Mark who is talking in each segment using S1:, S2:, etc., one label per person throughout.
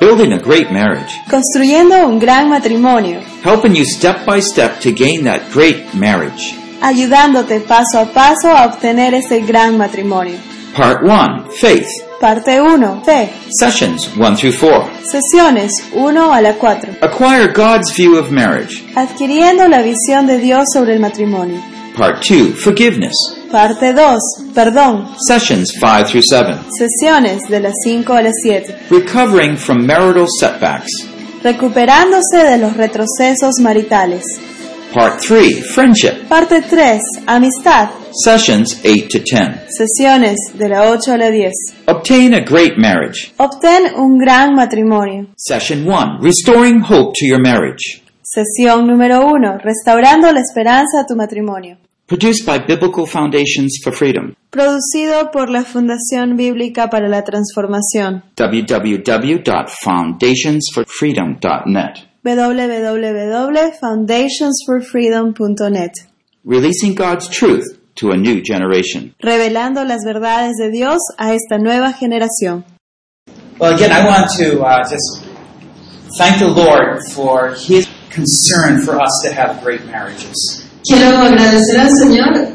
S1: Building a great marriage.
S2: construyendo un gran matrimonio,
S1: Helping you step by step to gain that great marriage.
S2: ayudándote paso a paso a obtener ese gran matrimonio.
S1: Part 1 Faith.
S2: Parte 1. Fe.
S1: Sessions 1 through 4.
S2: Sesiones 1 a la 4.
S1: Acquire God's view of marriage.
S2: Adquiriendo la visión de Dios sobre el matrimonio.
S1: Part 2 Forgiveness.
S2: Parte 2. Perdón.
S1: Sessions 5 through 7.
S2: Sesiones de las 5 a las 7.
S1: Recovering from marital setbacks.
S2: Recuperándose de los retrocesos maritales.
S1: Part 3 Friendship.
S2: Parte 3. Amistad.
S1: Sessions 8 to 10.
S2: Sesiones de la 8 a la 10.
S1: Obtain a great marriage.
S2: Obtén un gran matrimonio.
S1: Session 1 Restoring hope to your marriage.
S2: Sesión número 1. Restaurando la esperanza a tu matrimonio.
S1: Produced by Biblical Foundations for Freedom.
S2: Producido por la Fundación Bíblica para la Transformación.
S1: www.foundationsforfreedom.net.
S2: www.foundationsforfreedom.net.
S1: Releasing God's truth to a new generation.
S2: Revelando las verdades de Dios a esta nueva generación.
S3: Well, again, I want to uh, just thank the Lord for His concern for us to have great marriages.
S4: Quiero agradecer al Señor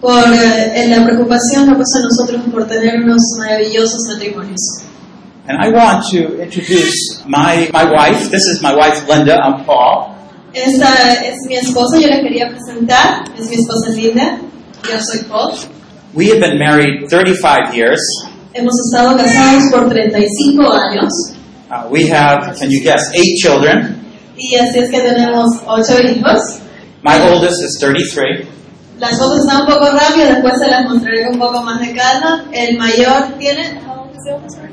S4: por eh, en la preocupación que ha puesto en nosotros por tener unos maravillosos matrimonios.
S3: And I want to introduce my, my wife. This is my wife, Linda. I'm Paul.
S4: Esta es mi esposa, yo la quería presentar, es mi esposa Linda, yo soy Paul.
S3: We have been married 35 years.
S4: Hemos estado casados por 35 años
S3: Uh, we have, can you guess, eight children.
S4: y así es que tenemos 8 hijos.
S3: My oldest is 33.
S4: Las fotos están un poco rápidas, después se las mostraré con un poco más de calma. El mayor tiene
S3: 33.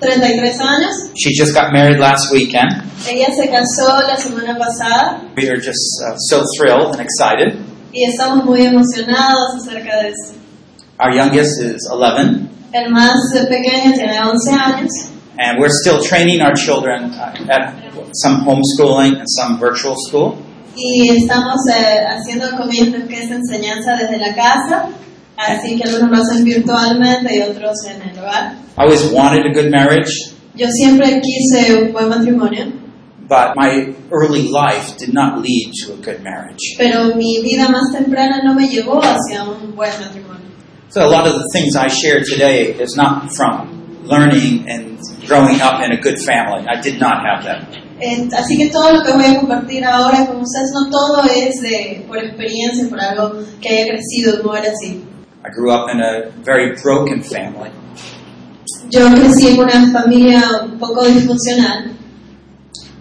S4: 33 años,
S3: She just got married last weekend.
S4: ella se casó la semana pasada
S3: We are just uh, so thrilled and excited.
S4: y estamos muy emocionados acerca de eso.
S3: Our youngest is 11.
S4: El más pequeño tiene 11 años
S3: And we're still training our children uh, at some homeschooling and some virtual school.
S4: y estamos eh, haciendo con ellos lo que es enseñanza desde la casa, así que algunos lo hacen virtualmente y otros en el hogar.
S3: I always wanted a good marriage,
S4: Yo siempre quise un buen matrimonio,
S3: but my early life did not lead to a good marriage.
S4: pero mi vida más temprana no me llevó hacia un buen matrimonio.
S3: So a lot of the things I share today is not from learning and growing up in a good family. I did not have that.
S4: Eh, así que todo lo que voy a compartir ahora con ustedes, no todo es de, por experiencia, por algo que haya crecido, no era así.
S3: I grew up in a very broken family.
S4: Yo crecí en una familia un poco disfuncional,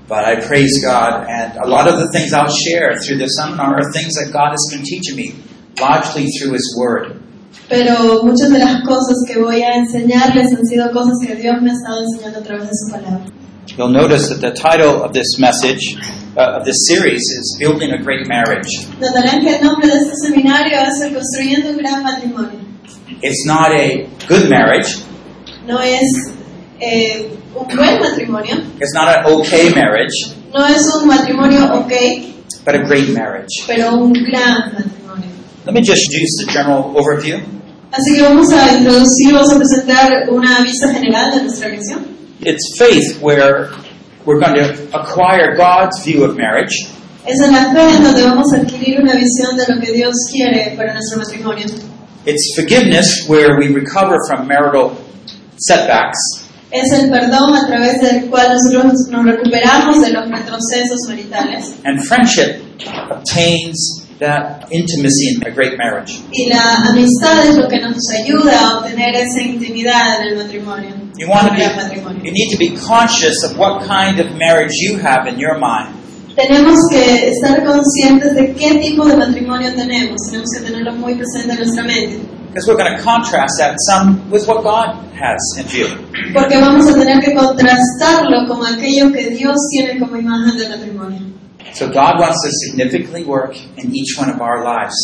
S3: But I praise God, and a lot of the things I'll share through this seminar are things that God has been teaching me, largely through His Word.
S4: pero muchas de las cosas que voy a enseñarles han sido cosas que Dios me ha estado enseñando a través de su palabra.
S3: You'll notice that the title of this message, uh, of this series, is Building a Great Marriage.
S4: Notarán que el nombre de este seminario es el Construyendo un Gran Matrimonio.
S3: It's not a good marriage,
S4: No es eh, un buen matrimonio,
S3: it's not an okay marriage,
S4: no es un matrimonio ok,
S3: but a great marriage.
S4: pero un gran matrimonio.
S3: Let me just use the general overview.
S4: Así que vamos a introducir, vamos a presentar una vista general de nuestra lección.
S3: It's faith where we're going to acquire God's view of marriage,
S4: Es en la fe en donde vamos a adquirir una visión de lo que Dios quiere para nuestro matrimonio.
S3: it's forgiveness where we recover from marital setbacks.
S4: Es el perdón a través del cual nosotros nos recuperamos de los retrocesos maritales.
S3: And friendship obtains that intimacy in a great marriage.
S4: Y la amistad es lo que nos ayuda a obtener esa intimidad en el matrimonio.
S3: You want to
S4: en el matrimonio.
S3: be you need to be conscious of what kind of marriage you have in your mind.
S4: Tenemos que estar conscientes de qué tipo de matrimonio tenemos. Tenemos que tenerlo muy presente en nuestra mente.
S3: Because we're going to contrast that some with what God has in view.
S4: Porque vamos a tener que contrastarlo con aquello que Dios tiene como imagen del matrimonio.
S3: So God wants to significantly work in each one of our lives.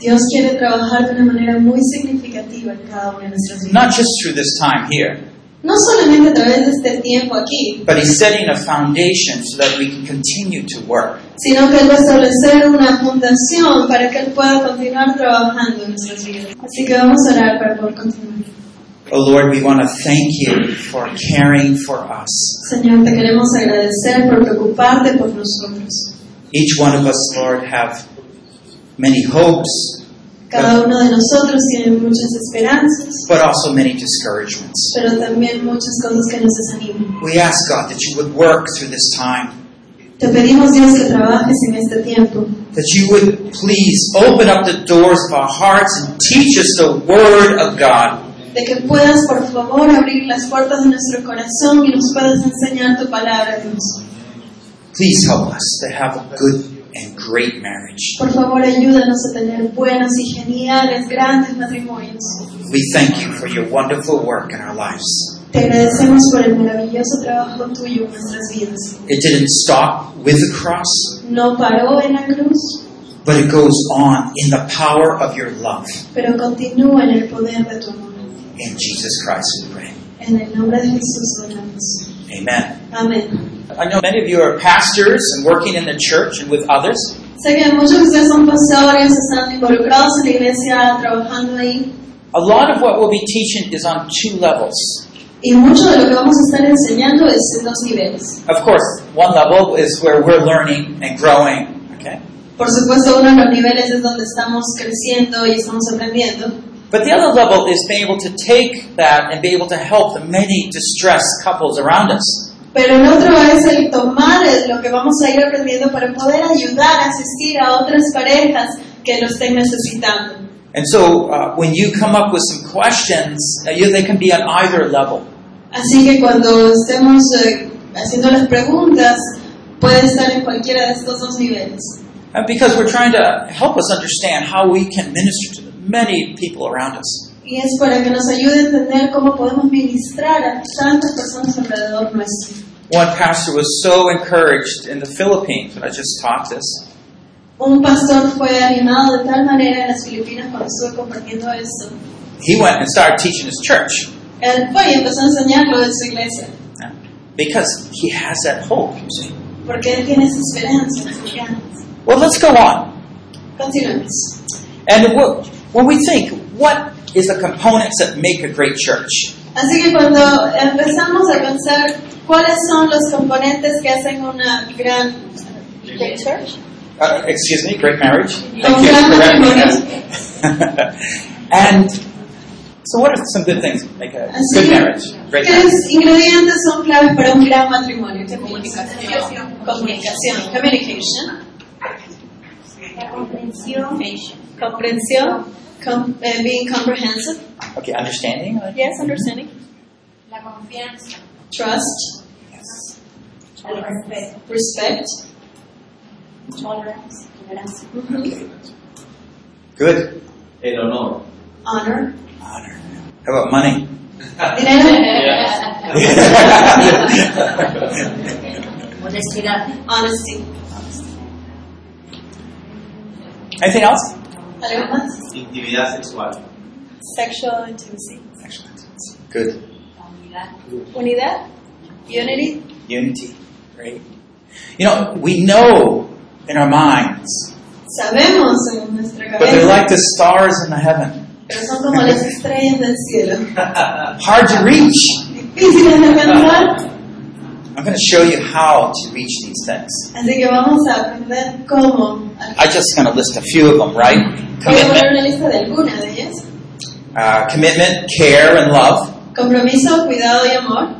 S4: Dios quiere trabajar de una manera muy significativa en cada una de nuestras vidas.
S3: Not just through this time here,
S4: No solamente a través de este tiempo aquí,
S3: but He's setting a foundation so that we can continue to work.
S4: sino que Él va a establecer una fundación para que Él pueda continuar trabajando en nuestras vidas. Así que vamos a orar para poder continuar.
S3: Oh Lord, we want to thank you for caring for us.
S4: Señor, te queremos agradecer por preocuparte por nosotros.
S3: Each one of us, Lord, have many hopes,
S4: Cada uno de nosotros tiene muchas esperanzas,
S3: but also many discouragements.
S4: pero también muchas cosas que nos desaniman.
S3: We ask God that you would work through this time,
S4: Te pedimos, Dios, que trabajes en este tiempo,
S3: that you would please open up the doors of our hearts and teach us the Word of God.
S4: de que puedas, por favor, abrir las puertas de nuestro corazón y nos puedas enseñar tu palabra, Dios.
S3: Please help us to have a good and great marriage.
S4: Por favor, ayúdanos a tener buenos y geniales, grandes matrimonios.
S3: We thank you for your wonderful work in our lives.
S4: Te agradecemos por el maravilloso trabajo tuyo en nuestras vidas.
S3: It didn't stop with the cross,
S4: No paró en la cruz,
S3: but it goes on in the power of your love.
S4: pero continúa en el poder de tu amor.
S3: In Jesus Christ we pray.
S4: En el nombre de Jesús oramos.
S3: Amen.
S4: Amén.
S3: I know many of you are pastors and working in the church and with others.
S4: Sé que muchos de ustedes son pastores, están involucrados en la iglesia, trabajando ahí,
S3: A lot of what we'll be teaching is on two levels.
S4: y mucho de lo que vamos a estar enseñando es en dos niveles.
S3: Of course, one level is where we're learning and growing, okay?
S4: Por supuesto, uno de los niveles es donde estamos creciendo y estamos aprendiendo,
S3: But the other level is being able to take that and be able to help the many distressed couples around us.
S4: pero el otro es el tomar el- lo que vamos a ir aprendiendo para poder ayudar, asistir a otras parejas que lo estén necesitando.
S3: And so uh, when you come up with some questions, uh, you, they can be on either level.
S4: Así que cuando estemos eh, haciendo las preguntas, puede estar en cualquiera de estos dos niveles.
S3: And because we're trying to help us understand how we can minister to the many people around us.
S4: Y es para que nos ayude a entender cómo podemos ministrar a tantas personas alrededor nuestro.
S3: One pastor was so encouraged in the Philippines when I just taught this.
S4: Un pastor fue animado de tal manera en las Filipinas cuando estuve compartiendo esto.
S3: He went and started teaching his church
S4: Él fue y empezó a enseñarlo en su iglesia,
S3: uh, because he has that hope. you see.
S4: porque él tiene esa esperanza. sus ganas.
S3: Well, let's go on.
S4: Continuemos.
S3: And we'll, when we think, what is the components that make a great church?
S4: Así que cuando empezamos a pensar cuáles son los componentes que hacen una gran iglesia,
S3: Uh, excuse me, great marriage.
S4: Oh,
S3: Thank you
S4: yeah,
S3: for
S4: matrimonio.
S3: that. and so, what are some good things that make a
S4: Así
S3: good
S4: que,
S3: marriage? Great
S4: ¿qué
S3: marriage.
S4: los ingredientes son claves para un gran matrimonio? Comunicación. Comunicación. Communication. Comprensión. Comprensión. Com- eh, being comprehensive.
S3: Okay, understanding. like-
S4: Yes, understanding.
S5: La confianza,
S4: Trust.
S5: el respeto,
S4: Respect.
S5: tolerance, tolerancia.
S3: Okay. Good.
S6: El honor.
S4: Honor.
S3: Honor. How about money?
S4: Dinero.
S5: Honestidad.
S4: Honesty.
S3: Anything else?
S4: ¿Algo más?
S6: Intimidad sexual.
S4: Sexual intimacy.
S3: Excellent. Good.
S5: La unidad.
S4: Unidad. Unity.
S3: Unity. Great. You know, we know in our minds,
S4: Sabemos en nuestra
S3: but they're
S4: cabeza,
S3: like the stars in the heaven.
S4: pero son como las estrellas del cielo.
S3: Hard to reach.
S4: Difíciles de alcanzar.
S3: I'm going to show you how to reach these things.
S4: Así que vamos a aprender cómo.
S3: I'm just going to list a few of them, right?
S4: Voy a poner
S3: Commitment,
S4: una lista de algunas de ellas.
S3: uh, commitment, care, and love.
S4: Compromiso, cuidado y amor.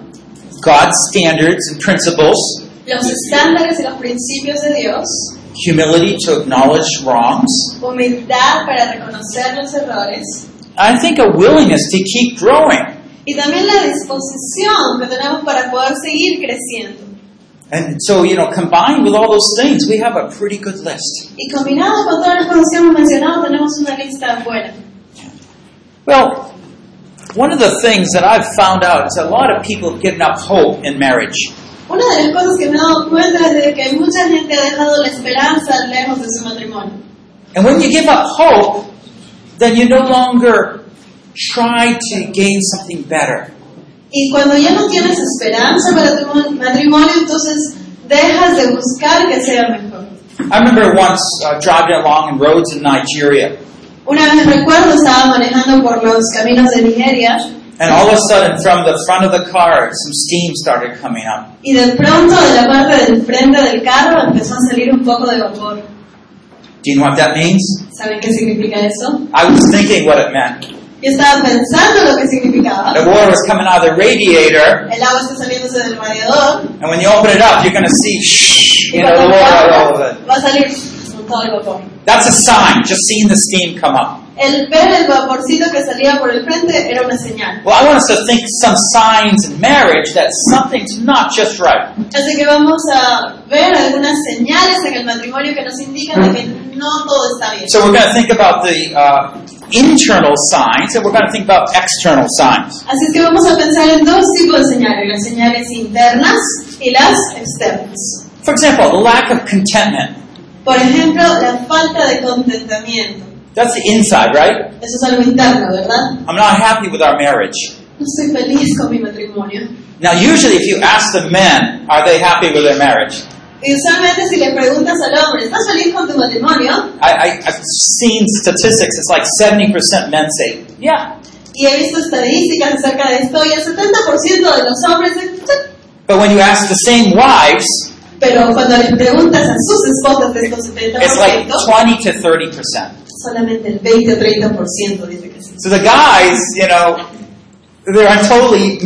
S3: God's standards and principles.
S4: Los estándares y los principios de Dios.
S3: Humility to acknowledge wrongs.
S4: Humildad para reconocer los errores.
S3: I think a willingness to keep growing.
S4: Y también la disposición que tenemos para poder seguir creciendo.
S3: And so, you know, combined with all those things, we have a pretty good list.
S4: Y combinado con todas las cosas que hemos mencionado, tenemos una lista buena.
S3: Well, one of the things that I've found out is a lot of people have given up hope in marriage.
S4: Una de las cosas que me he dado cuenta es de que mucha gente ha dejado la esperanza lejos de su matrimonio.
S3: And when you give up hope, then you no longer try to gain something better.
S4: Y cuando ya no tienes esperanza para tu mon- matrimonio, entonces dejas de buscar que sea mejor.
S3: I remember once uh, driving along in roads in Nigeria,
S4: Una vez recuerdo, estaba manejando por los caminos de Nigeria
S3: And all of a sudden, from the front of the car, some steam started coming up.
S4: Y de pronto de la parte del frente del carro empezó a salir un poco de vapor.
S3: Do you know what that means?
S4: ¿Saben qué significa eso?
S3: I was thinking what it meant.
S4: Yo estaba pensando lo que significaba.
S3: The water was coming out of the radiator,
S4: El agua está saliéndose del radiador.
S3: and when you open it up, you're going to see, shh, you know, the water all over it.
S4: va a salir con todo el vapor.
S3: That's a sign, just seeing the steam come up.
S4: El ver el vaporcito que salía por el frente era una señal.
S3: Well, I want us to think some signs in marriage that something's not just right.
S4: Así que vamos a ver algunas señales en el matrimonio que nos indican de que no todo está bien.
S3: So we're going to think about the uh, internal signs, and we're going to think about external signs.
S4: Así es que vamos a pensar en dos tipos de señales, las señales internas y las externas.
S3: For example, the lack of contentment.
S4: Por ejemplo, la falta de contentamiento.
S3: That's the inside, right?
S4: Eso es algo interno, ¿verdad?
S3: I'm not happy with our marriage.
S4: No estoy feliz con mi matrimonio.
S3: Now, usually, if you ask the men, are they happy with their marriage?
S4: Y usualmente si le preguntas al hombre, ¿estás feliz con tu matrimonio?
S3: I, I, I've seen statistics, it's like 70% men say, yeah.
S4: Y he visto estadísticas acerca de esto y el 70% de los hombres dicen, "Sí".
S3: But when you ask the same wives,
S4: Pero cuando les preguntas a sus esposas de estos
S3: it's like
S4: 70%,
S3: 20 to 30%.
S4: solamente el 20 o 30% dice que sí.
S3: So the guys, you know, they're totally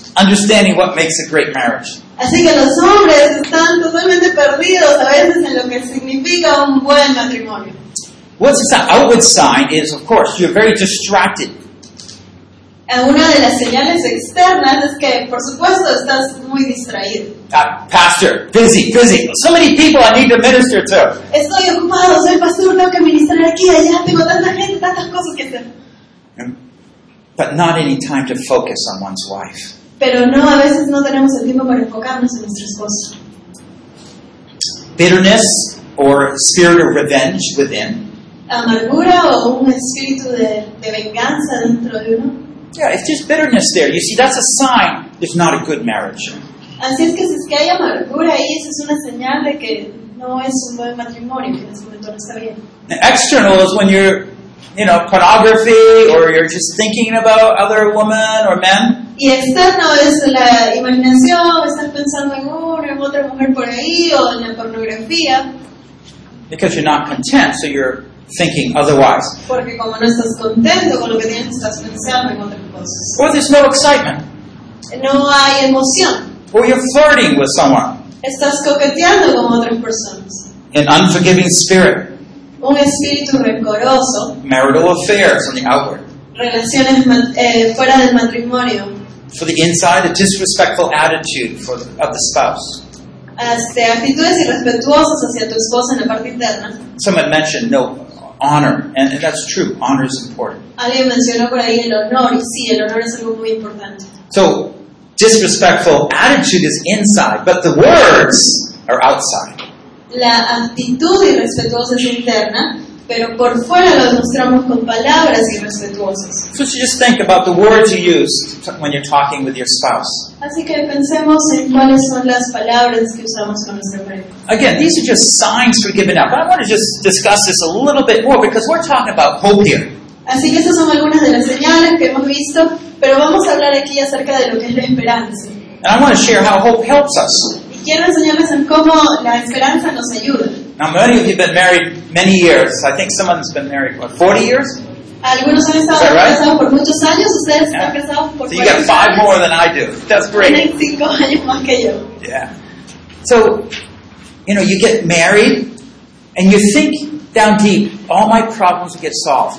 S3: misunderstanding what makes a great marriage.
S4: Así que los hombres están totalmente perdidos a veces en lo que significa un buen matrimonio.
S3: What's the outward sign is, of course, you're very distracted.
S4: Eh, Una de las señales externas es que, por supuesto, estás muy distraído.
S3: Uh, pastor, busy, busy. So many people I need to minister to.
S4: Estoy ocupado, soy pastor, tengo que ministrar aquí, allá, tengo tanta gente, tantas cosas que hacer.
S3: But not any time to focus on one's wife.
S4: Pero no, a veces no tenemos el tiempo para enfocarnos en nuestro esposo.
S3: Bitterness or spirit of revenge within.
S4: Amargura o un espíritu de, de venganza dentro de uno.
S3: Yeah, if there's bitterness there, you see, that's a sign there's not a good marriage.
S4: Así es que si es que hay amargura ahí, eso es una señal de que no es un buen matrimonio, que en ese momento no está bien.
S3: The external is when you're, you know, pornography or you're just thinking about other women or men.
S4: Y externo es la imaginación, estar pensando en una u otra mujer por ahí o en la pornografía,
S3: because you're not content, so you're thinking otherwise.
S4: porque como no estás contento con lo que tienes, estás pensando en otras cosas.
S3: Or there's no excitement,
S4: No hay emoción,
S3: or you're flirting with someone,
S4: estás coqueteando con otras personas.
S3: an unforgiving spirit,
S4: Un espíritu rencoroso,
S3: marital affairs on the outward.
S4: relaciones ma- eh, fuera del matrimonio,
S3: For the inside, a disrespectful attitude for the, of the spouse.
S4: este, actitudes irrespetuosas hacia tu esposa en la parte interna.
S3: Someone mentioned no honor, and, and that's true. Honor is important.
S4: Alguien mencionó por ahí el honor, y sí, el honor es algo muy importante.
S3: So disrespectful attitude is inside, but the words are outside.
S4: La actitud irrespetuosa es interna, pero por fuera lo demostramos con palabras irrespetuosas.
S3: So just think about the words you use t- when you're talking with your spouse.
S4: Así que pensemos en cuáles son las palabras que usamos con nuestra pareja.
S3: Again, these are just signs for giving up. But I want to just discuss this a little bit more because we're talking about hope here.
S4: Así que estas son algunas de las señales que hemos visto, pero vamos a hablar aquí acerca de lo que es la esperanza.
S3: And I want to share how hope helps us.
S4: Y quiero enseñarles en cómo la esperanza nos ayuda.
S3: Now, many of you have been married many years. I think someone's been married, what, 40 years?
S4: Algunos han estado
S3: Is that right?
S4: casados por muchos años, ustedes
S3: Yeah.
S4: están casados por
S3: So you got
S4: 40
S3: five
S4: años.
S3: more than I do. That's great.
S4: Tienen cinco años más que yo.
S3: Yeah. So, you know, you get married and you think down deep, all my problems get solved.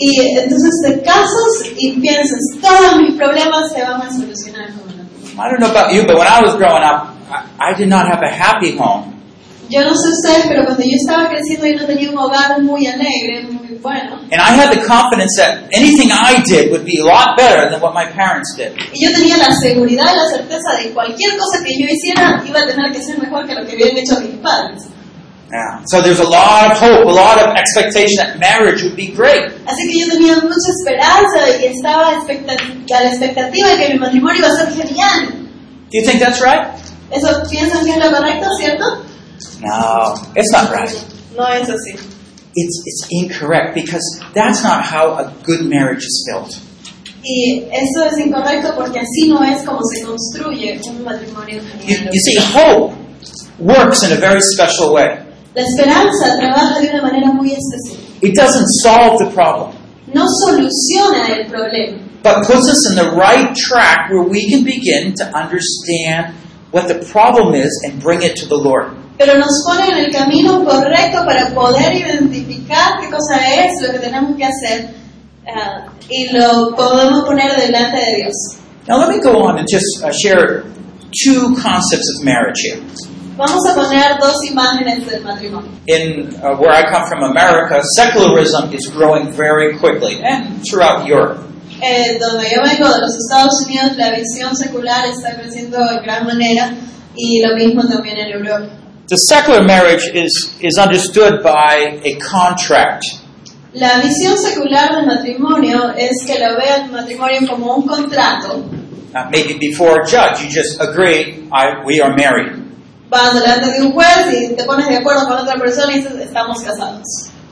S4: Y entonces te casas y piensas, todos mis problemas se van a solucionar con el matrimonio.
S3: I don't know about you, but when I was growing up, I, I did not have a happy home.
S4: Yo no sé ustedes, pero cuando yo estaba creciendo yo no tenía un hogar muy alegre, muy bueno.
S3: And I had the confidence that anything I did would be a lot better than what my parents did.
S4: Y yo tenía la seguridad y la certeza de cualquier cosa que yo hiciera iba a tener que ser mejor que lo que habían hecho mis padres.
S3: Yeah. So there's a lot of hope, a lot of expectation that marriage would be great.
S4: Así que yo tenía mucha esperanza y estaba expecta- a la expectativa de que mi matrimonio iba a ser genial.
S3: Do you think that's right?
S4: ¿Eso piensan que es lo correcto, cierto?
S3: No, it's not right.
S4: No es así.
S3: It's, it's incorrect because that's not how a good marriage is built.
S4: Y eso es incorrecto porque así no es como se construye un matrimonio
S3: You,
S4: genuino.
S3: you see, hope works in a very special way.
S4: La esperanza trabaja de una manera muy específica.
S3: It doesn't solve the problem,
S4: No soluciona el problema,
S3: but puts us in the right track where we can begin to understand what the problem is and bring it to the Lord.
S4: pero nos pone en el camino correcto para poder identificar qué cosa es lo que tenemos que hacer ah, y lo podemos poner delante de Dios.
S3: Now, let me go on and just uh, share two concepts of marriage here.
S4: Vamos a poner dos imágenes del matrimonio.
S3: In uh, where I come from, America, secularism is growing very quickly, and throughout Europe.
S4: Eh, donde yo vengo de los Estados Unidos, la visión secular está creciendo de gran manera y lo mismo también en Europa.
S3: The secular marriage is, is understood by a contract.
S4: La visión secular del matrimonio es que lo vea el matrimonio como un contrato.
S3: Uh, maybe before a judge, you just agree, I, we are married.
S4: Vas delante de un juez y te pones de acuerdo con otra persona y dices, estamos casados.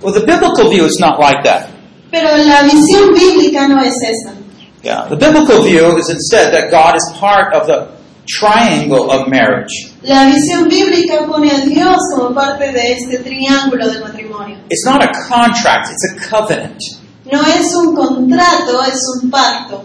S3: Well, the biblical view is not like that.
S4: Pero la visión bíblica no es esa.
S3: Yeah. The biblical view is instead that God is part of the triangle of marriage.
S4: La visión bíblica pone a Dios como parte de este triángulo del matrimonio.
S3: It's not a contract, it's a covenant.
S4: No es un contrato, es un pacto.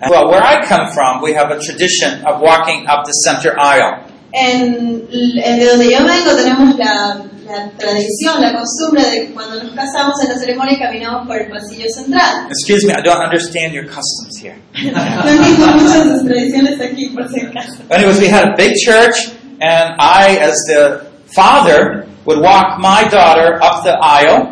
S3: And, well, where I come from, we have a tradition of walking up the center aisle.
S4: En, en de donde yo vengo tenemos la, la tradición, la costumbre de que cuando nos casamos en la ceremonia caminamos por el pasillo central.
S3: Excuse me, I don't understand your customs here.
S4: No entiendo muchas de sus tradiciones aquí, por si acaso.
S3: Anyways, we had a big church, and I, as the father, would walk my daughter up the aisle,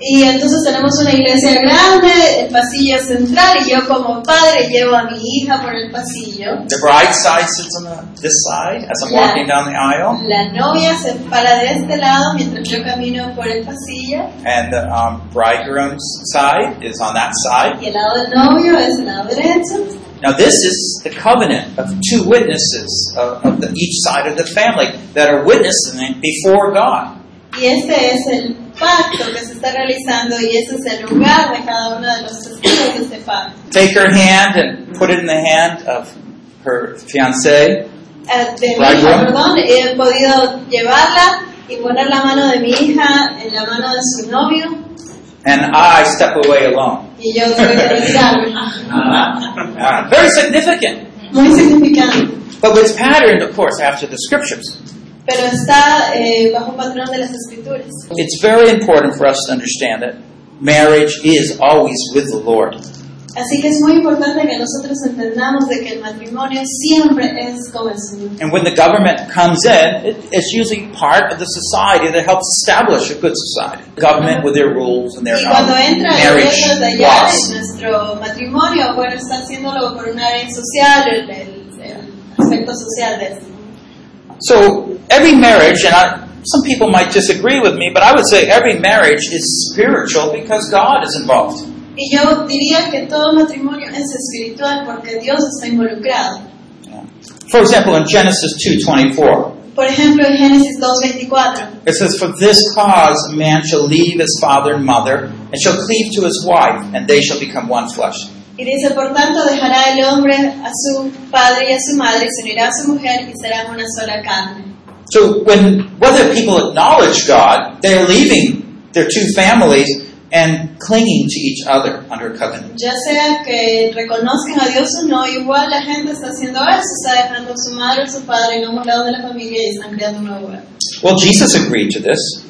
S4: Y entonces tenemos una iglesia grande, el pasillo central, y yo como padre llevo a mi hija por el pasillo.
S3: The bride side sits on the, this side as I'm
S4: Yeah.
S3: walking down the aisle,
S4: La novia se para de este lado mientras yo camino por el pasillo,
S3: and the um, bridegroom's side is on that side.
S4: y el lado del novio es el lado derecho.
S3: Now, this is the covenant of two witnesses of, of the, each side of the family that are witnessing before God.
S4: Y este es el pacto que se está realizando y ese es el lugar de cada uno de los testigos de este pacto.
S3: Take her hand and put it in the hand of her fiance.
S4: Eh, de mi
S3: Right,
S4: hija,
S3: right.
S4: perdón, he podido llevarla y poner la mano de mi hija en la mano de su novio
S3: And I step away alone.
S4: y yo tuve que retirarme.
S3: Ah, very significant.
S4: Muy significante.
S3: But it's patterned, of course, after the scriptures.
S4: Pero está eh, bajo un patrón de las escrituras.
S3: It's very important for us to understand that marriage is always with the Lord.
S4: Así que es muy importante que nosotros entendamos de que el matrimonio siempre es con el Señor.
S3: And when the government comes in, it, it's usually part of the society that helps establish a good society. Government with their rules and their
S4: Y
S3: um,
S4: cuando entra el
S3: marriage
S4: reino de allá en
S3: laws.
S4: nuestro matrimonio, bueno, está haciéndolo por un área social, el, el- el aspecto social de esto.
S3: So every marriage, and I, some people might disagree with me, but I would say every marriage is spiritual because God is involved.
S4: Y yo diría que todo matrimonio es espiritual porque Dios está involucrado.
S3: For example, in Genesis two twenty four.
S4: Por ejemplo, en Génesis 2.24,
S3: It says, For this cause a man shall leave his father and mother, and shall cleave to his wife, and they shall become one flesh.
S4: y dice, por tanto dejará el hombre a su padre y a su madre, y se unirá a su mujer y serán una sola carne.
S3: So when whether people acknowledge God, they're leaving their two families and clinging to each other under covenant.
S4: Ya sea que reconozcan a Dios o no, igual la gente está haciendo eso, está dejando a su madre o su padre en un lado de la familia y están creando un nuevo hogar.
S3: Well, Jesus agreed to this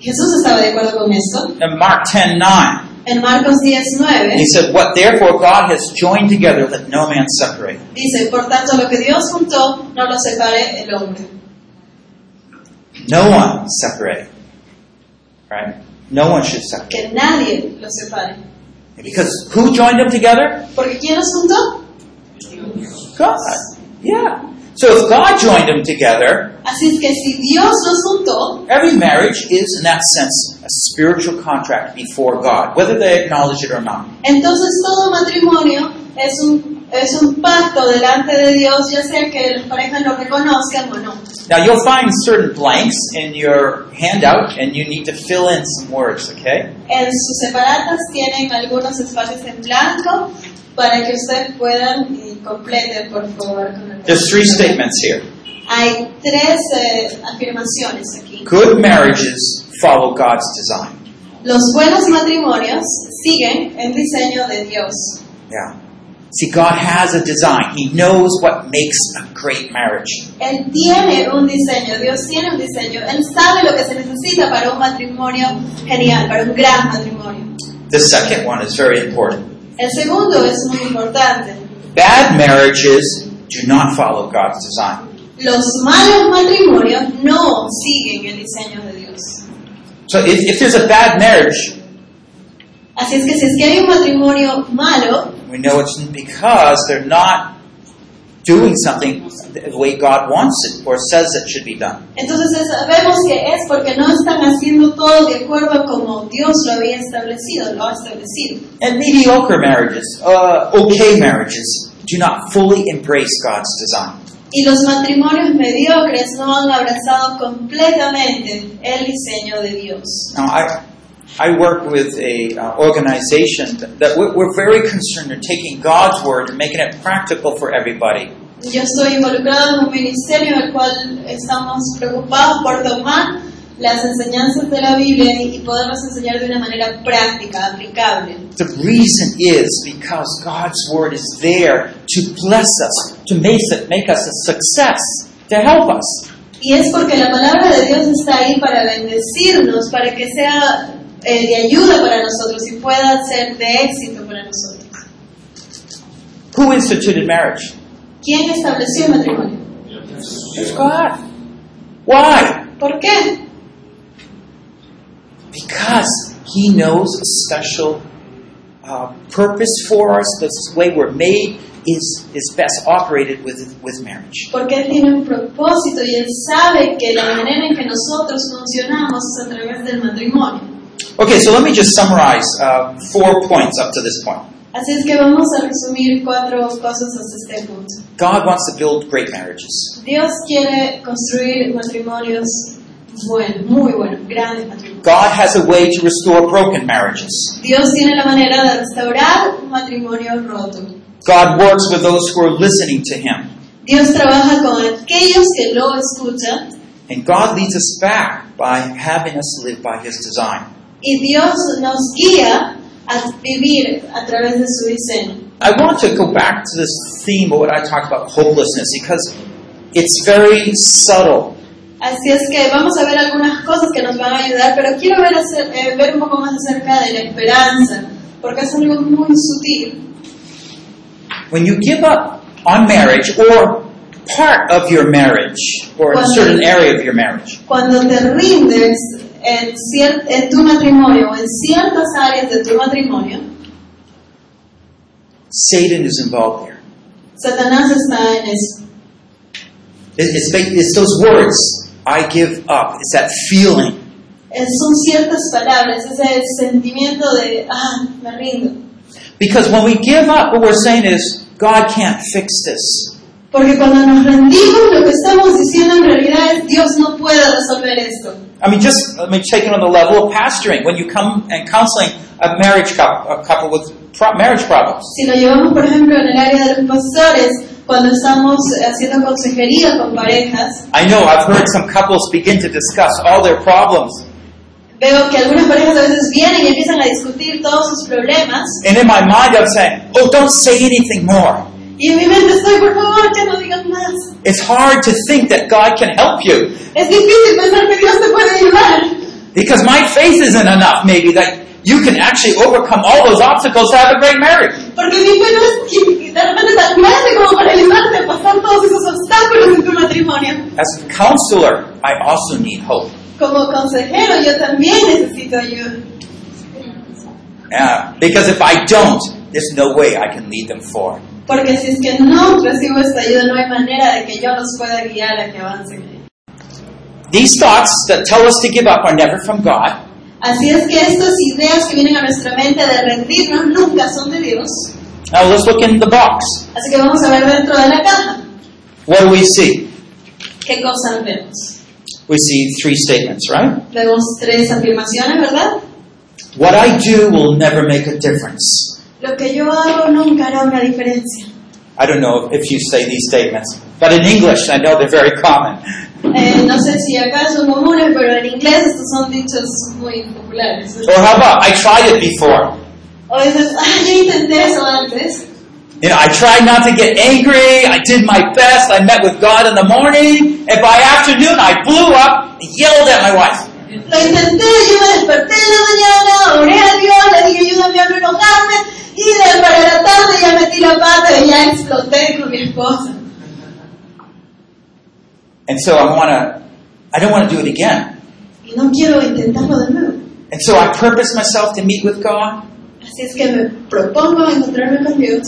S4: Jesús estaba de acuerdo con esto.
S3: in Mark ten nine.
S4: En Marcos 10.9
S3: And he said, What therefore God has joined together, let no man separate.
S4: dice, por tanto lo que Dios juntó, no lo separe el hombre.
S3: No one separate. Right? No one should separate.
S4: Que nadie lo separe.
S3: Because who joined them together?
S4: Porque ¿quién los juntó?
S3: God. Yeah. So if God joined them together,
S4: Así es que si Dios los juntó,
S3: every marriage is, in that sense, a spiritual contract before God, whether they acknowledge it or not.
S4: entonces todo matrimonio es un, es un pacto delante de Dios, ya sea que las parejas lo reconozcan o no.
S3: Now you'll find certain blanks in your handout, and you need to fill in some words. Okay?
S4: En sus separatas tienen algunos espacios en blanco para que ustedes puedan y completen, por favor. con el-
S3: There's three statements here.
S4: Hay tres eh, afirmaciones aquí.
S3: Good marriages follow God's design.
S4: Los buenos matrimonios siguen el diseño de Dios.
S3: Yeah. See, God has a design. He knows what makes a great marriage.
S4: Él tiene un diseño, Dios tiene un diseño, Él sabe lo que se necesita para un matrimonio genial, para un gran matrimonio.
S3: The second one is very important.
S4: El segundo es muy importante.
S3: Bad marriages do not follow God's design.
S4: Los malos matrimonios no siguen el diseño de Dios.
S3: So if, if there's a bad marriage,
S4: Así es que si es que hay un matrimonio malo,
S3: we know it's because they're not doing something the way God wants it or says it should be done.
S4: entonces sabemos que es porque no están haciendo todo de acuerdo a como Dios lo había establecido, lo ha establecido.
S3: And mediocre marriages, uh, okay marriages, do not fully embrace God's design.
S4: Y los matrimonios mediocres no han abrazado completamente el diseño de Dios.
S3: Now, I, I work with a uh, organization that, that we're, we're very concerned in taking God's word and making it practical for everybody.
S4: Yo estoy involucrado en un ministerio en el cual estamos preocupados por tomar las enseñanzas de la Biblia y y poderlas enseñar de una manera práctica, aplicable.
S3: The reason is because God's word is there to bless us, to make, it, make us a success, to help us.
S4: Y es porque la palabra de Dios está ahí para bendecirnos, para que sea eh, de ayuda para nosotros y pueda ser de éxito para nosotros.
S3: Who instituted marriage?
S4: ¿Quién estableció el matrimonio?
S3: It's God. Why?
S4: ¿Por qué?
S3: Because He knows a special uh, purpose for us. The way we're made is is best operated with with marriage.
S4: Porque Él tiene un propósito y Él sabe que la manera en que nosotros funcionamos es a través del matrimonio.
S3: Okay, so let me just summarize uh, four points up to this point.
S4: Así es que vamos a resumir cuatro cosas hasta este punto.
S3: God wants to build great marriages.
S4: Dios quiere construir matrimonios buenos, muy buenos, grandes matrimonios.
S3: God has a way to restore broken marriages.
S4: Dios tiene la manera de restaurar un matrimonio roto.
S3: God works with those who are listening to Him,
S4: Dios trabaja con aquellos que lo escuchan
S3: and God leads us back by having us live by His design.
S4: y Dios nos guía a vivir a través de su diseño.
S3: I want to go back to this theme of what I talked about hopelessness because it's very subtle.
S4: Así es que vamos a ver algunas cosas que nos van a ayudar, pero quiero ver, acer- eh, ver un poco más acerca de la esperanza, porque es algo muy sutil.
S3: When you give up on marriage or part of your marriage or a certain area of your marriage,
S4: cuando te rindes en, cier- en tu matrimonio o en ciertas áreas de tu matrimonio,
S3: Satan is involved here.
S4: Satanás está en eso.
S3: It- It's, ba- it's those words, I give up. It's that feeling.
S4: Eh, Son ciertas palabras, ese sentimiento de, ah, me rindo.
S3: Because when we give up, what we're saying is, God can't fix this.
S4: Porque cuando nos rendimos, lo que estamos diciendo en realidad es, Dios no puede resolver esto.
S3: I mean, just let me take it on the level of pastoring. When you come and counseling a marriage couple, a couple with pro- marriage problems,
S4: Si lo llevamos, por ejemplo, en el área de los pastores, cuando estamos haciendo consejería con parejas,
S3: I know I've heard some couples begin to discuss all their problems,
S4: veo que algunas parejas a veces vienen y empiezan a discutir todos sus problemas,
S3: and in my mind I'm saying, "Oh, don't say anything more."
S4: Y en mi mente estoy, por favor, que no digas más.
S3: It's hard to think that God can help you
S4: Es difícil pensar que Dios te puede ayudar.
S3: because my faith isn't enough. Maybe that you can actually overcome all those obstacles to have a great marriage.
S4: Porque mi fe no es de repente tan grande como para ayudarte a pasar todos esos obstáculos en tu matrimonio.
S3: As a counselor, I also need hope.
S4: Como consejero, yo también necesito ayuda.
S3: Yeah, Uh, because if I don't, there's no way I can lead them forward.
S4: Porque si es que no recibo esta ayuda, no hay manera de que yo los pueda guiar a que avancen.
S3: These thoughts that tell us to give up are never from God.
S4: Así es que estas ideas que vienen a nuestra mente de rendirnos nunca son de Dios.
S3: Now let's look in the box.
S4: Así que vamos a ver dentro de la caja
S3: What do we see?
S4: qué cosas vemos.
S3: We see three statements, right?
S4: Vemos tres afirmaciones, ¿verdad?
S3: What I do will never make a difference.
S4: Lo que yo hago nunca hará una diferencia.
S3: I don't know if you say these statements, but in English, I know they're very common.
S4: Eh, no sé si acá son comunes, pero en inglés estos son dichos muy populares.
S3: Or how about, I tried it before.
S4: O dices, ah, yo intenté eso antes.
S3: You know, I tried not to get angry. I did my best. I met with God in the morning. And by afternoon, I blew up and yelled at my wife.
S4: Lo intenté, yo me desperté en la mañana, oré a Dios, le dije, ayúdame a no enojarme. Y de para la tarde ya metí la pata y ya exploté con mi esposa.
S3: And so I want to, I don't want to do it again.
S4: Y no quiero intentarlo de nuevo.
S3: And so I purpose myself to meet with God.
S4: Así es que me propongo encontrarme con Dios.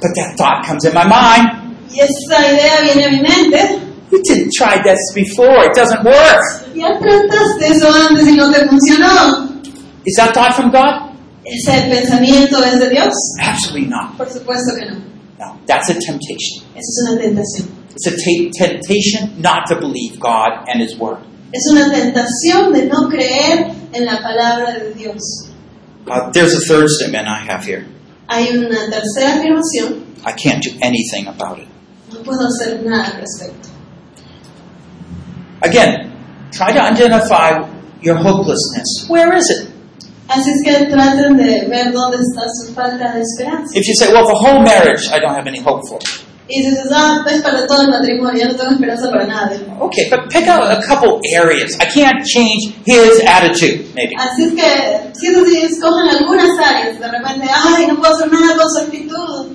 S3: But that thought comes in my mind.
S4: Y esa idea viene a mi mente.
S3: You didn't try this before. It doesn't work.
S4: Ya trataste eso antes y no te funcionó.
S3: Is that thought from God?
S4: ¿Ese pensamiento es de Dios?
S3: Absolutely not.
S4: Por supuesto que no.
S3: No, that's a temptation.
S4: Eso es una tentación.
S3: It's a ta temptation not to believe God and His Word.
S4: Es una tentación de no creer en la palabra de Dios.
S3: Uh, there's a third statement I have here.
S4: Hay una tercera afirmación.
S3: I can't do anything about it.
S4: No puedo hacer nada al respecto.
S3: Again, try to identify your hopelessness. Where is it?
S4: Así es que traten de ver dónde está su falta de esperanza.
S3: If you say, well, the whole marriage, I don't have any hope for.
S4: Y dices, ah, pues para todo el matrimonio, yo no tengo esperanza para nada.
S3: Okay, but pick out a couple areas. I can't change his attitude, maybe.
S4: Así es que, si es así, escojan algunas áreas. De repente, ay, no puedo hacer nada con su actitud.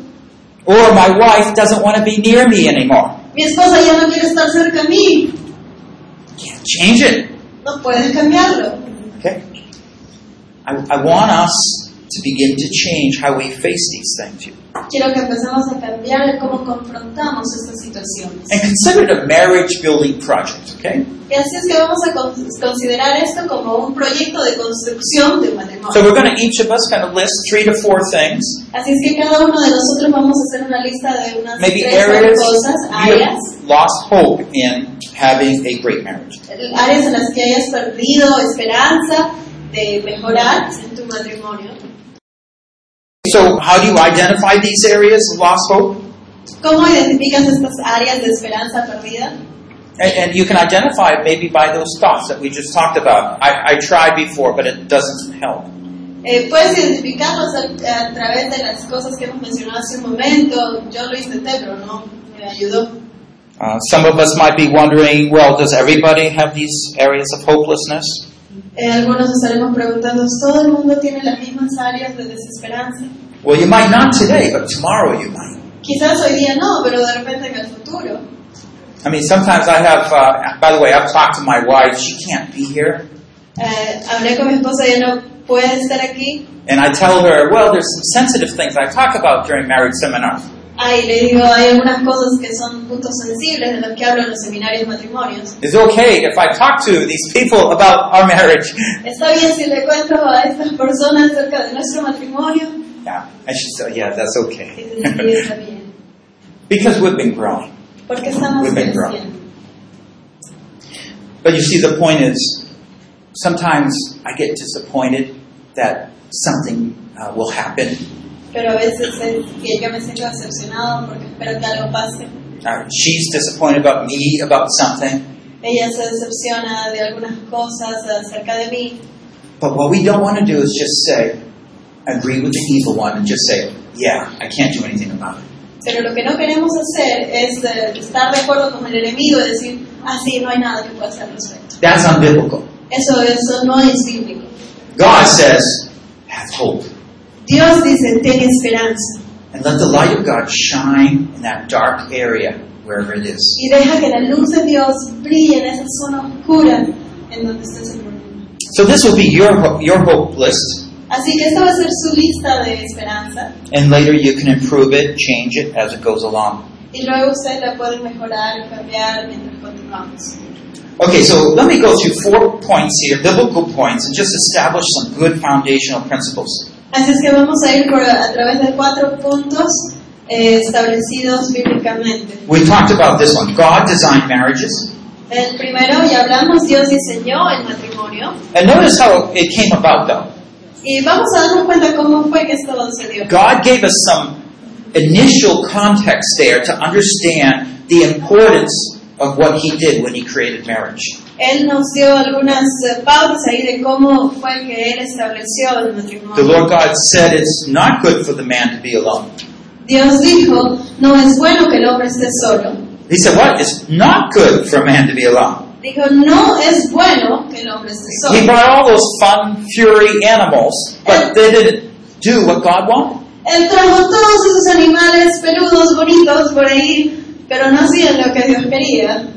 S3: Or my wife doesn't want to be near me anymore.
S4: Mi esposa ya no quiere estar cerca a mí.
S3: Can't change it.
S4: No puedes cambiarlo.
S3: Okay? I, I want us to begin to change how we face these things.
S4: Quiero que empecemos a cambiar el cómo confrontamos estas situaciones.
S3: And consider it a marriage building project, okay?
S4: Y así es que vamos a con- considerar esto como un proyecto de construcción de un matrimonio.
S3: So we're going to each of us kind of list three to four things,
S4: Así es que cada uno de nosotros vamos a hacer una lista de unas
S3: maybe
S4: tres
S3: areas
S4: cosas,
S3: you
S4: áreas,
S3: have lost hope in having a great marriage.
S4: áreas en las que hayas perdido esperanza de mejorar en tu matrimonio.
S3: So how do you identify these areas of lost hope?
S4: ¿Cómo identificas estas áreas de esperanza perdida?
S3: And, and you can identify it maybe by those thoughts that we just talked about. I, I tried before, but it doesn't help.
S4: Eh, puedes identificarlos a, a través de las cosas que hemos mencionado hace un momento. Yo lo intenté, pero no me ayudó.
S3: Uh, some of us might be wondering, well, does everybody have these areas of hopelessness?
S4: Eh, algunos nos estaremos preguntando, ¿todo el mundo tiene las mismas áreas de desesperanza?
S3: Well, you might not today, but tomorrow you might.
S4: Quizás hoy día no, pero de repente en el futuro.
S3: I mean, sometimes I have, uh, by the way, I've talked to my wife, she can't be here.
S4: Eh, hablé con mi esposa, ella no puede estar aquí.
S3: And I tell her, well, there's some sensitive things I talk about during marriage seminars.
S4: Ay, le digo, hay algunas cosas que son puntos sensibles de los que hablo en los seminarios de matrimonios.
S3: It's okay if I talk to these people about our marriage.
S4: ¿Está bien si le cuento a estas personas acerca de nuestro matrimonio?
S3: Yeah. And she said, yeah, that's
S4: Y dice, sí,
S3: okay.
S4: está bien.
S3: because we've been growing.
S4: Porque estamos
S3: Women grow.
S4: creciendo.
S3: But you see, the point is, sometimes I get disappointed that something uh, will happen.
S4: pero a veces es que yo me siento decepcionado porque espero que algo pase.
S3: Uh, she's disappointed about me, about something.
S4: Ella se decepciona de algunas cosas acerca de mí,
S3: But what we don't want to do is just say, agree with the evil one and just say, yeah, I can't do anything about it.
S4: pero lo que no queremos hacer es eh, estar de acuerdo con el enemigo y decir, ah, sí, no hay nada que pueda hacer al respecto.
S3: That's unbiblical.
S4: Eso, eso no es bíblico.
S3: God says, have hope.
S4: Dios dice, ten esperanza
S3: And let the light of God shine in that dark area, wherever it is.
S4: y deja que la luz de Dios brille en esa zona oscura en donde estés envuelto.
S3: So this will be your, ho- your hope list.
S4: Así que esta va a ser su lista de esperanza
S3: And later you can improve it, change it as it goes along.
S4: y luego ustedes la pueden mejorar y cambiar mientras continuamos.
S3: Okay, so let me go through four points here, biblical points, and just establish some good foundational principles.
S4: Así es que vamos a ir por- a través de cuatro puntos eh, establecidos bíblicamente.
S3: We talked about this one. God designed marriages.
S4: El primero, ya hablamos, Dios diseñó el matrimonio.
S3: And notice how it came about, though.
S4: Y vamos a darnos cuenta cómo fue que esto sucedió.
S3: God gave us some initial context there to understand the importance of what He did when He created marriage.
S4: Él nos dio algunas eh, pautas ahí de cómo fue que Él estableció el
S3: The
S4: matrimonio.
S3: Lord God said it's not good for the man to be alone.
S4: Dios dijo, no es bueno que el hombre esté solo.
S3: He said, What? It's not good for a man to be alone.
S4: Dijo, no es bueno que el hombre esté
S3: He
S4: solo.
S3: brought all those fun, fury animals, but they didn't do what God wanted.
S4: Él trajo todos esos animales peludos, bonitos, por ahí, pero no hacían lo que Dios quería.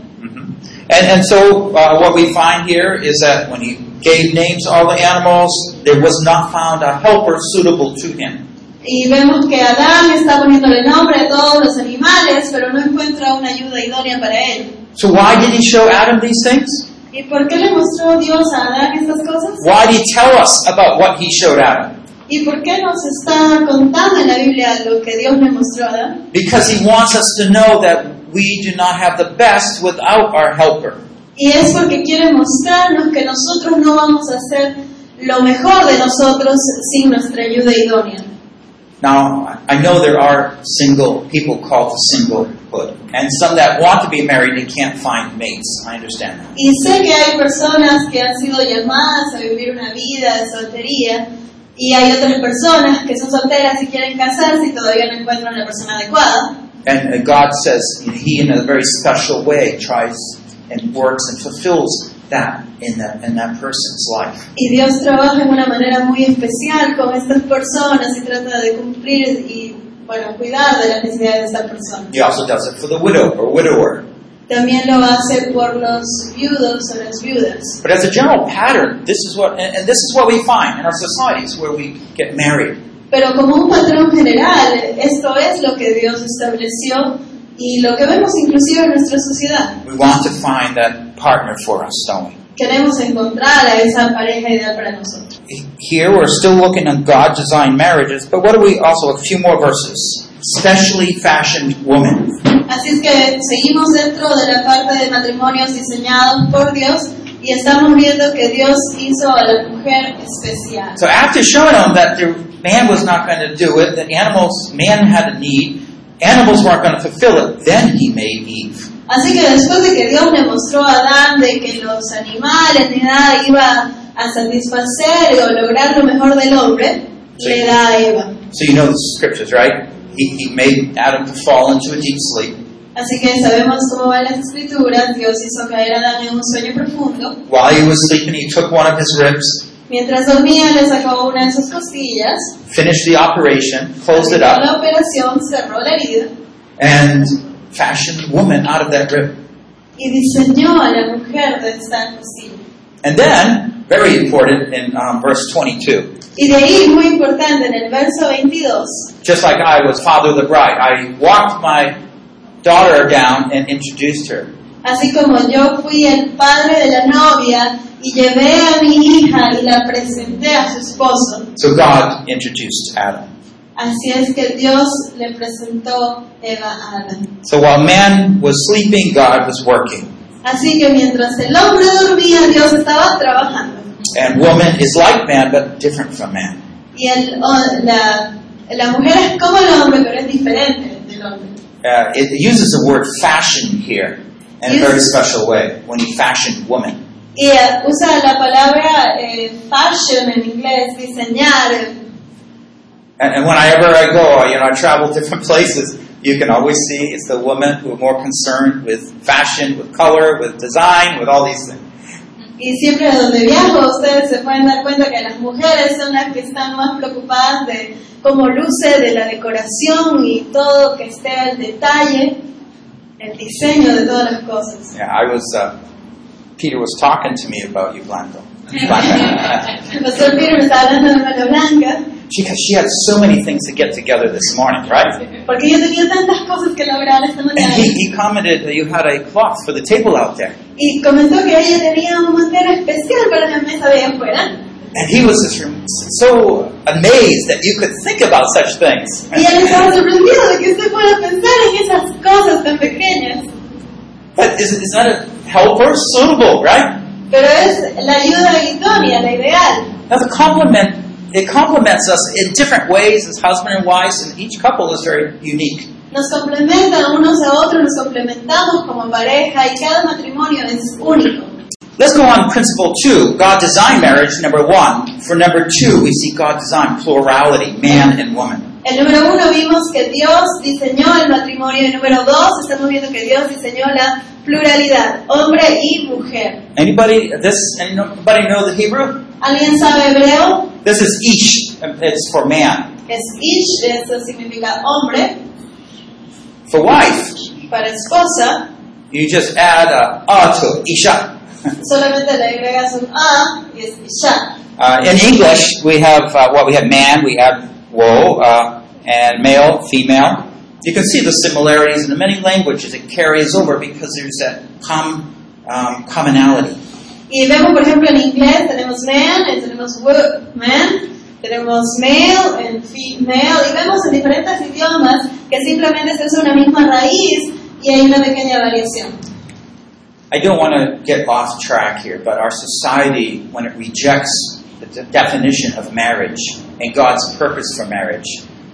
S3: And, and so uh, what we find here is that when he gave names to all the animals, there was not found a helper suitable to him.
S4: Y vemos que Adán está poniéndole nombre a todos los animales, pero no encuentra una ayuda idónea para él.
S3: So why did he show Adam these things?
S4: ¿Y por qué le mostró Dios a Adán estas cosas?
S3: Why did he tell us about what he showed Adam?
S4: ¿Y por qué nos está contando en la Biblia lo que Dios le mostró a Adán?
S3: Because he wants us to know that we do not have the best without our helper.
S4: Y es porque quiere mostrarnos que nosotros no vamos a hacer lo mejor de nosotros sin nuestra ayuda idónea.
S3: Now, I know there are single people called to singlehood, and some that want to be married and can't find mates. I understand that.
S4: Y sé que hay personas que han sido llamadas a vivir una vida de soltería y hay otras personas que son solteras y quieren casarse y todavía no encuentran la persona adecuada.
S3: And uh, God says He, in a very special way, tries and works and fulfills that in that in that person's life.
S4: Y Dios trabaja en una manera muy especial con estas personas y trata de cumplir y, bueno, cuidar de las necesidades de estas personas.
S3: He also does it for the widow or widower.
S4: También lo hace por los viudos o las viudas.
S3: But as a general pattern, this is what and and this is what we find in our societies where we get married.
S4: Pero como un patrón general, esto es lo que Dios estableció y lo que vemos inclusive en nuestra sociedad.
S3: We want to find that partner for us, don't we?
S4: Queremos encontrar a esa pareja ideal para nosotros.
S3: Here we're still looking at God designed marriages, but what do we also a few more verses? Specially fashioned woman.
S4: Así es que seguimos dentro de la parte de matrimonios diseñados por Dios y estamos viendo que Dios hizo a la mujer especial.
S3: So after showing them that the man was not going to do it, that animals, man had a need, animals weren't going to fulfill it, then he made Eve.
S4: Así que después de que Dios le mostró a Adán de que los animales ni nada iba a satisfacer o lograr lo mejor del hombre,
S3: Sí.
S4: le da a Eva.
S3: So you know the scriptures, right? He, he made Adam to fall into a deep sleep.
S4: Así que sabemos cómo van las escrituras, Dios hizo caer a Adán en un sueño profundo,
S3: While he was sleeping, he took one of his ribs,
S4: mientras dormía le sacó una de sus costillas,
S3: finished the operation, closed it
S4: terminó
S3: up,
S4: la operación, cerró la herida
S3: and fashioned woman out of that rib.
S4: y diseñó a la mujer de esta costilla.
S3: And then, very important in um, verse 22,
S4: Y de ahí, muy importante, en el verso 22,
S3: just like I was father of the bride, I walked my daughter down and introduced her.
S4: así como yo fui el padre de la novia y llevé a mi hija y la presenté a su esposo,
S3: So God introduced Adam.
S4: así es que Dios le presentó Eva a Adán.
S3: So while man was sleeping, God was working.
S4: Así que mientras el hombre dormía, Dios estaba trabajando.
S3: And woman is like man, but different from man.
S4: Y el, o- la, la mujer es como el hombre, pero es diferente del hombre.
S3: Uh, it uses the word fashion here in a very special way when he fashioned woman.
S4: Y eh, usa la palabra eh, fashion en inglés, diseñar.
S3: And, and whenever I go, you know, I travel different places, you can always see it's the women who are more concerned with fashion, with color, with design, with all these things.
S4: Y siempre donde viajo, ustedes se pueden dar cuenta que las mujeres son las que están más preocupadas de cómo luce, de la decoración y todo que esté al detalle, el diseño de todas las cosas.
S3: Yeah, I was, uh, Peter was talking to me about you, Blanco. Blanco.
S4: El pastor Peter me estaba hablando de Mano Blanca.
S3: She, she had so many things to get together this morning, right?
S4: Porque yo tenía tantas cosas que lograr esta
S3: And
S4: mañana.
S3: he, he commented that you had a cloth for the table out there.
S4: Y comentó que ella tenía un montero especial para la mesa de afuera.
S3: And he was just rem- so amazed that you could think about such things.
S4: Y él estaba sorprendido de que usted pueda pensar en esas cosas tan pequeñas.
S3: But is, is that a helper? Suitable, right?
S4: Pero es la ayuda idónea, la ideal.
S3: Now, the compliment it complements us in different ways as husband and wives, and each couple is very unique.
S4: Nos complementan unos a otros, nos complementamos como pareja y cada matrimonio es único.
S3: Let's go on principle two. God designed marriage, number one. For number two, we see God designed plurality, man and woman.
S4: El número uno vimos que Dios diseñó el matrimonio. El número dos estamos viendo que Dios diseñó la pluralidad, hombre y mujer.
S3: Anybody this anybody know the Hebrew?
S4: ¿Alguien sabe hebreo?
S3: This is ish. It's for man.
S4: Es ish, eso significa hombre,
S3: For wife,
S4: para esposa.
S3: you just add a a to isha.
S4: Solamente le agregas un a y es isha.
S3: Uh, in English, we have uh, what we have man, we have wo, uh, and male, female. You can see the similarities in the many languages it carries over because there's that com, um, commonality.
S4: Y vemos, por ejemplo, en inglés tenemos man, eh, tenemos wo- man, tenemos male, and female, y vemos en diferentes idiomas que simplemente se usa una misma raíz y hay una pequeña variación.
S3: I don't want to get off track here, but our society, when it rejects the de- definition of marriage and God's purpose for marriage,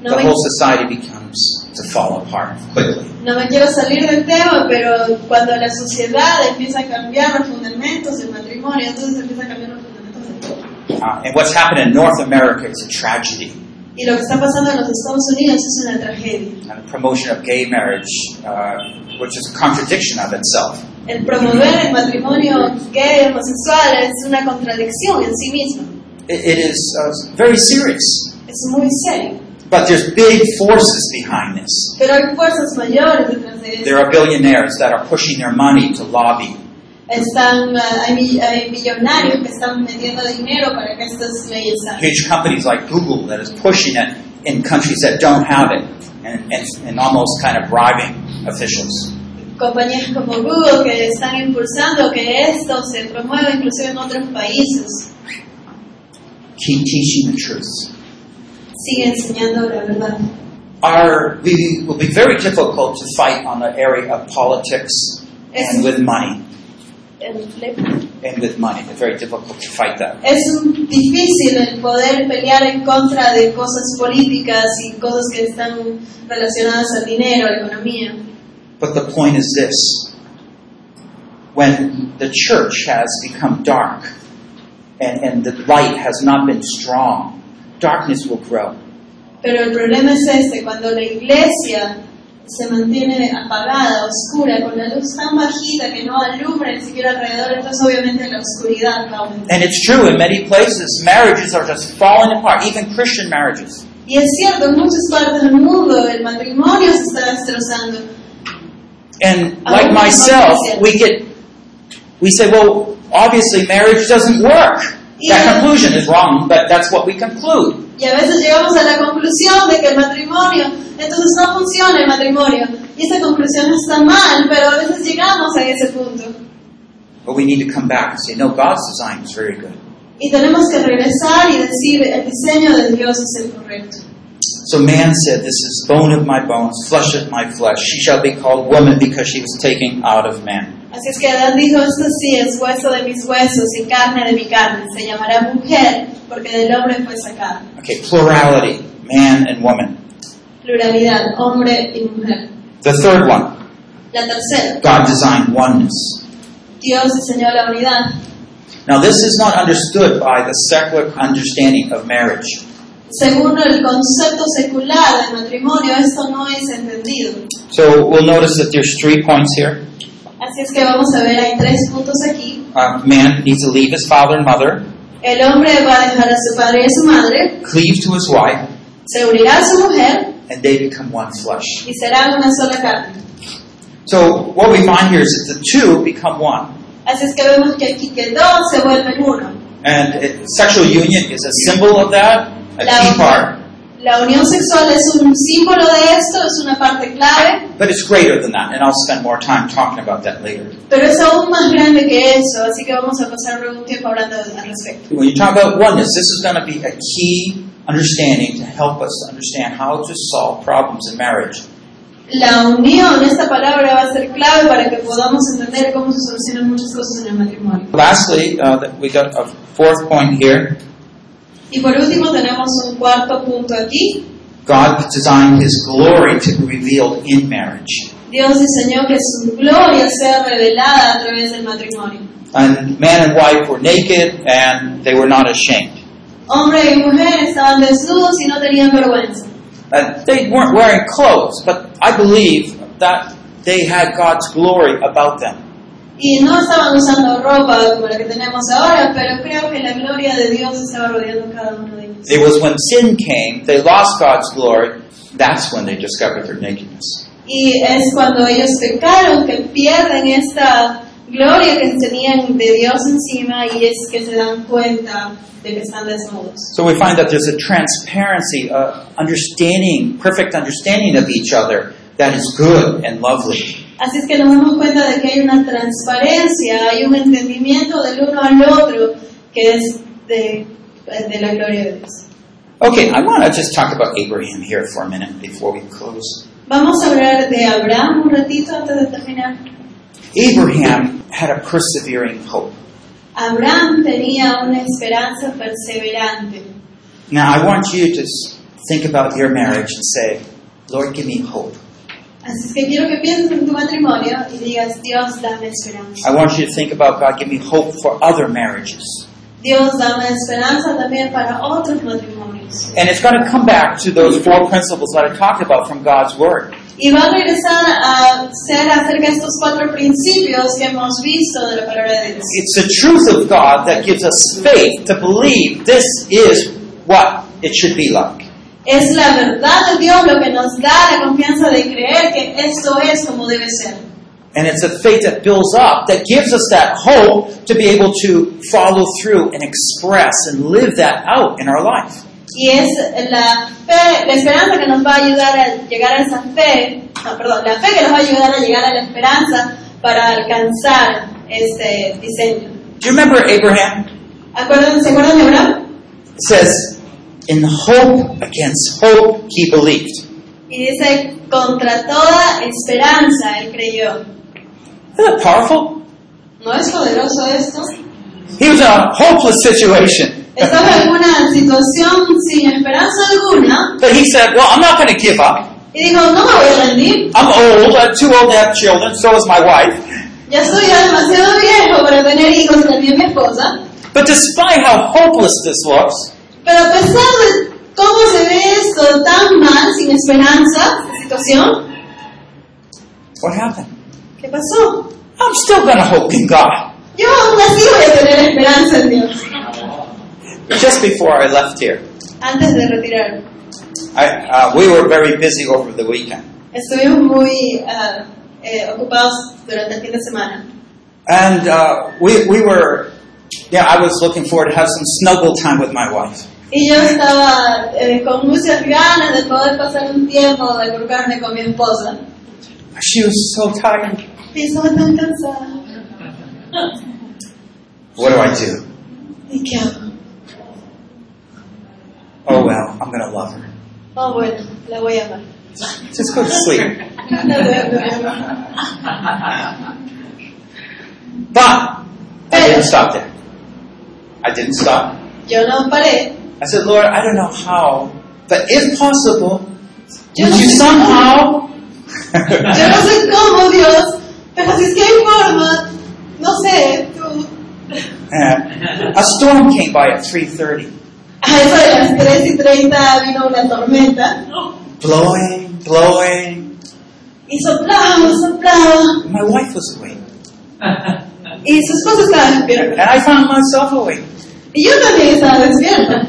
S4: No,
S3: the
S4: we-
S3: whole society becomes to fall apart quickly.
S4: No me quiero salir del tema, pero cuando la sociedad empieza a cambiar los fundamentos del matrimonio, entonces empieza a cambiar los fundamentos de todo.
S3: Uh, and what's happened in North America is a tragedy.
S4: Y lo que está pasando en los Estados Unidos es una tragedia.
S3: and the promotion of gay marriage, uh, which is a contradiction of itself.
S4: El promover el matrimonio gay homosexual es una contradicción en sí misma.
S3: It, it is uh, very serious,
S4: Es muy serio.
S3: but there's big forces behind this.
S4: Pero hay fuerzas mayores detrás de eso.
S3: There are billionaires that are pushing their money to lobby,
S4: Están, ah, hay, mi- hay millonarios que están metiendo dinero para que estas leyes salgan.
S3: huge companies like Google that is pushing it in countries that don't have it, and, and, and almost kind of bribing officials.
S4: Compañías como Google que están impulsando que esto se promueva inclusive en otros países.
S3: Keep teaching the truth.
S4: Sigue enseñando la verdad.
S3: Our, we will be very difficult to fight on the area of politics and with money.
S4: El-
S3: And with money, it's very difficult to fight that.
S4: Es un- difícil el poder pelear en contra de cosas políticas y cosas que están relacionadas al dinero, a la economía.
S3: But the point is this when the church has become dark and, and the light has not been strong, darkness will grow.
S4: Pero el problema es este, cuando la iglesia se mantiene apagada, oscura, con la luz tan bajita que no alumbra ni siquiera alrededor, entonces obviamente la oscuridad va a aumentar.
S3: And it's true in many places, marriages are just falling apart, even Christian marriages.
S4: Y es cierto, en muchas partes del mundo el matrimonio se está destrozando.
S3: And like myself, we get, we say, well, obviously marriage doesn't work. That
S4: Yeah.
S3: conclusion is wrong, but that's what we conclude.
S4: Y a veces llegamos a la conclusión de que el matrimonio, entonces no funciona el matrimonio. Y esa conclusión está mal, pero a veces llegamos a ese punto.
S3: But we need to come back and say, no, God's design is very good.
S4: Y tenemos que regresar y decir, el diseño de Dios es el correcto.
S3: So man said, This is bone of my bones, flesh of my flesh. She shall be called woman because she was taken out of man.
S4: Así es que Adán dijo, esto sí es hueso de mis huesos y carne de mi carne. Se llamará mujer porque del hombre fue sacada.
S3: Okay, plurality, man and woman.
S4: Pluralidad, hombre y mujer.
S3: The third one,
S4: La tercera,
S3: God designed oneness.
S4: Dios diseñó la unidad.
S3: Now, this is not understood by the secular understanding of marriage.
S4: Según el concepto secular del matrimonio, esto no es entendido.
S3: So we'll notice that there's three points here.
S4: Así es que vamos a ver, hay tres puntos aquí.
S3: Uh, man needs to leave his father and mother,
S4: El hombre va a dejar a su padre y a su madre,
S3: cleave to his wife,
S4: se unirá a su mujer
S3: and they become one flesh.
S4: y serán una sola carne.
S3: So what we find here is that the two become one.
S4: Así es que vemos que aquí que dos se vuelven uno.
S3: And it, sexual union is a symbol of that, a key part,
S4: la unión sexual es un símbolo de esto, es una parte clave,
S3: but it's greater than that, and I'll spend more time talking about that later.
S4: pero es aún más grande que eso, así que vamos a pasar luego un tiempo hablando al respecto.
S3: When you talk about oneness, this is going to be a key understanding to help us to understand how to solve problems in marriage.
S4: La unión, esta palabra va a ser clave para que podamos entender cómo se solucionan muchas cosas en el matrimonio.
S3: Lastly, uh, that we got a fourth point here
S4: Y por último tenemos un cuarto punto aquí.
S3: God designed His glory to be revealed in marriage.
S4: Dios diseñó que su gloria sea revelada a través del matrimonio.
S3: And man and wife were naked and they were not ashamed.
S4: Hombre y mujer estaban desnudos y no tenían vergüenza.
S3: Uh, they weren't wearing clothes, but I believe that they had God's glory about them.
S4: Y no estaban usando ropa como la que tenemos ahora, pero creo que la gloria de Dios estaba rodeando cada uno de ellos.
S3: It was when sin came, they lost God's glory. That's when they discovered their nakedness.
S4: Y es cuando ellos pecaron que pierden esta gloria que tenían de Dios encima y es que se dan cuenta de que están desnudos.
S3: So we find that there's a transparency, uh, understanding, perfect understanding of each other that is good and lovely.
S4: Así es que nos damos cuenta de que hay una transparencia, hay un entendimiento del uno al otro que es de, de la gloria de Dios.
S3: Okay, I want to just talk about Abraham here for a minute before we close.
S4: Vamos a hablar de Abraham un ratito antes de terminar.
S3: Abraham had a persevering hope.
S4: Abraham tenía una esperanza perseverante.
S3: Now, I want you to s- think about your marriage and say, Lord, give me hope.
S4: Así es que quiero que pienses en tu matrimonio y digas, Dios, dame esperanza.
S3: I want you to think about, God, give me hope for other marriages.
S4: Dios, dame esperanza también para otros matrimonios.
S3: And it's going to come back to those four principles that I talked about from God's Word.
S4: Y va a regresar a ser acerca de estos cuatro principios que hemos visto de la palabra de Dios.
S3: It's the truth of God that gives us faith to believe this is what it should be like.
S4: Es la verdad de Dios lo que nos da la confianza de creer que esto es como debe ser.
S3: And it's a faith that builds up, that gives us that hope to be able to follow through and express and live that out in our life.
S4: Y es la fe, la esperanza que nos va a ayudar a llegar a esa fe, no, perdón, la fe que nos va a ayudar a llegar a la esperanza para alcanzar este diseño.
S3: Do you remember Abraham?
S4: ¿Acuerdan, ¿Se acuerdan de Abraham?
S3: It says, In hope against hope he believed.
S4: Y dice, contra toda esperanza él creyó.
S3: Isn't that powerful?
S4: ¿No es poderoso esto?
S3: He was in a hopeless situation.
S4: Estaba en una situación sin esperanza alguna
S3: But he said, Well, I'm not going to give up.
S4: y dijo, no me voy a rendir,
S3: I'm old. I'm too old to have children. So is my wife.
S4: ya estoy ya demasiado viejo para tener hijos, también mi esposa.
S3: But despite how hopeless this looks,
S4: Pero a pesar de cómo se ve esto tan mal, sin esperanza, esta situación,
S3: what happened?
S4: ¿qué pasó?
S3: I'm still going to hope in God.
S4: Yo aún así voy a tener esperanza en Dios.
S3: Just before I left here,
S4: Antes de retirarme,
S3: I, uh, we were very busy over the weekend.
S4: estuvimos muy ah, eh, ocupados durante el fin de semana.
S3: And uh, we, we were, yeah, I was looking forward to have some snuggle time with my wife.
S4: Y yo estaba eh, con muchas ganas de poder pasar un tiempo, de volcarme con mi esposa.
S3: She was so tired.
S4: Y estaba tan cansada.
S3: What do I do?
S4: ¿Y qué hago?
S3: Oh, well, I'm going to love her.
S4: Oh, bueno, la voy a amar.
S3: Just go to sleep.
S4: La voy a amar.
S3: But I didn't stop there. I didn't stop.
S4: Yo no paré.
S3: I said, Lord, I don't know how, but if possible, would
S4: Just-
S3: you somehow?
S4: Yo no sé cómo, Dios, pero si es que hay forma, no sé, tú.
S3: And a storm came by at 3.30,
S4: A eso de las 3 y 30 vino una tormenta
S3: blowing, blowing.
S4: y soplaba, soplaba,
S3: My wife was awake,
S4: y su esposa estaba
S3: and
S4: despierta.
S3: I found myself awake.
S4: Y yo también estaba despierta.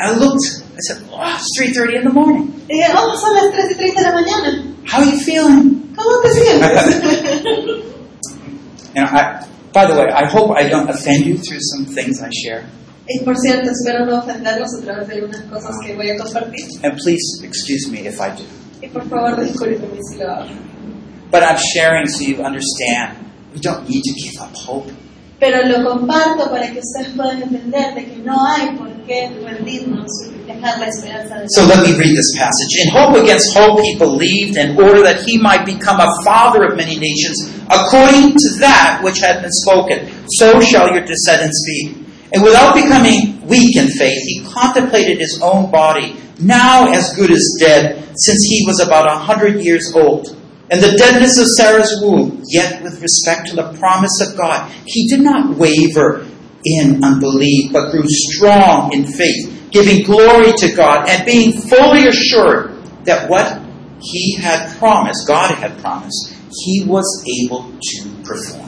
S3: I looked, I said, wow, it's 3.30 in the morning.
S4: Y dije, oh, son las 3 y 30 de la mañana.
S3: How are you feeling?
S4: ¿Cómo te sientes?
S3: And I, by the way, I hope I don't offend you through some things I share.
S4: y por cierto, espero no ofenderlos a través de algunas cosas que voy a compartir.
S3: And please excuse me if I do.
S4: Y por favor, discúlpenme si lo hago.
S3: But I'm sharing so you understand. We don't need to give up hope.
S4: Pero lo comparto para que ustedes puedan entender de que no hay por qué rendirnos y dejar la esperanza de Dios.
S3: So let me read this passage. In hope against hope he believed in order that he might become a father of many nations according to that which had been spoken. So shall your descendants be. And without becoming weak in faith, he contemplated his own body, now as good as dead, since he was about a hundred years old. And the deadness of Sarah's womb, yet with respect to the promise of God, he did not waver in unbelief, but grew strong in faith, giving glory to God and being fully assured that what he had promised, God had promised, he was able to perform.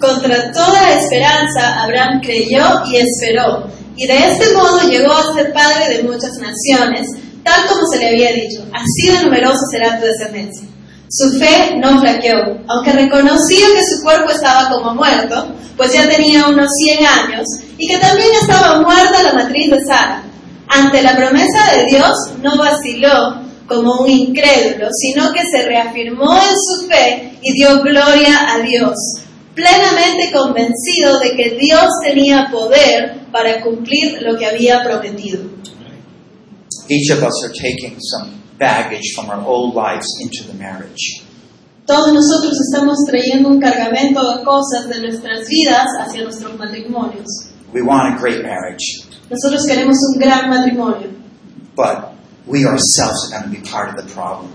S4: Contra toda esperanza, Abraham creyó y esperó, y de este modo llegó a ser padre de muchas naciones, tal como se le había dicho, así de numerosa será tu descendencia. Su fe no flaqueó, aunque reconocía que su cuerpo estaba como muerto, pues ya tenía unos 100 años, y que también estaba muerta la matriz de Sara. Ante la promesa de Dios no vaciló como un incrédulo, sino que se reafirmó en su fe y dio gloria a Dios plenamente convencido de que Dios tenía poder para cumplir lo que había prometido.
S3: Each of us are taking some baggage from our old lives into the marriage.
S4: Todos nosotros estamos trayendo un cargamento de cosas de nuestras vidas hacia nuestros matrimonios.
S3: We want a great marriage,
S4: Nosotros queremos un gran matrimonio,
S3: but we ourselves are going to be part of the problem.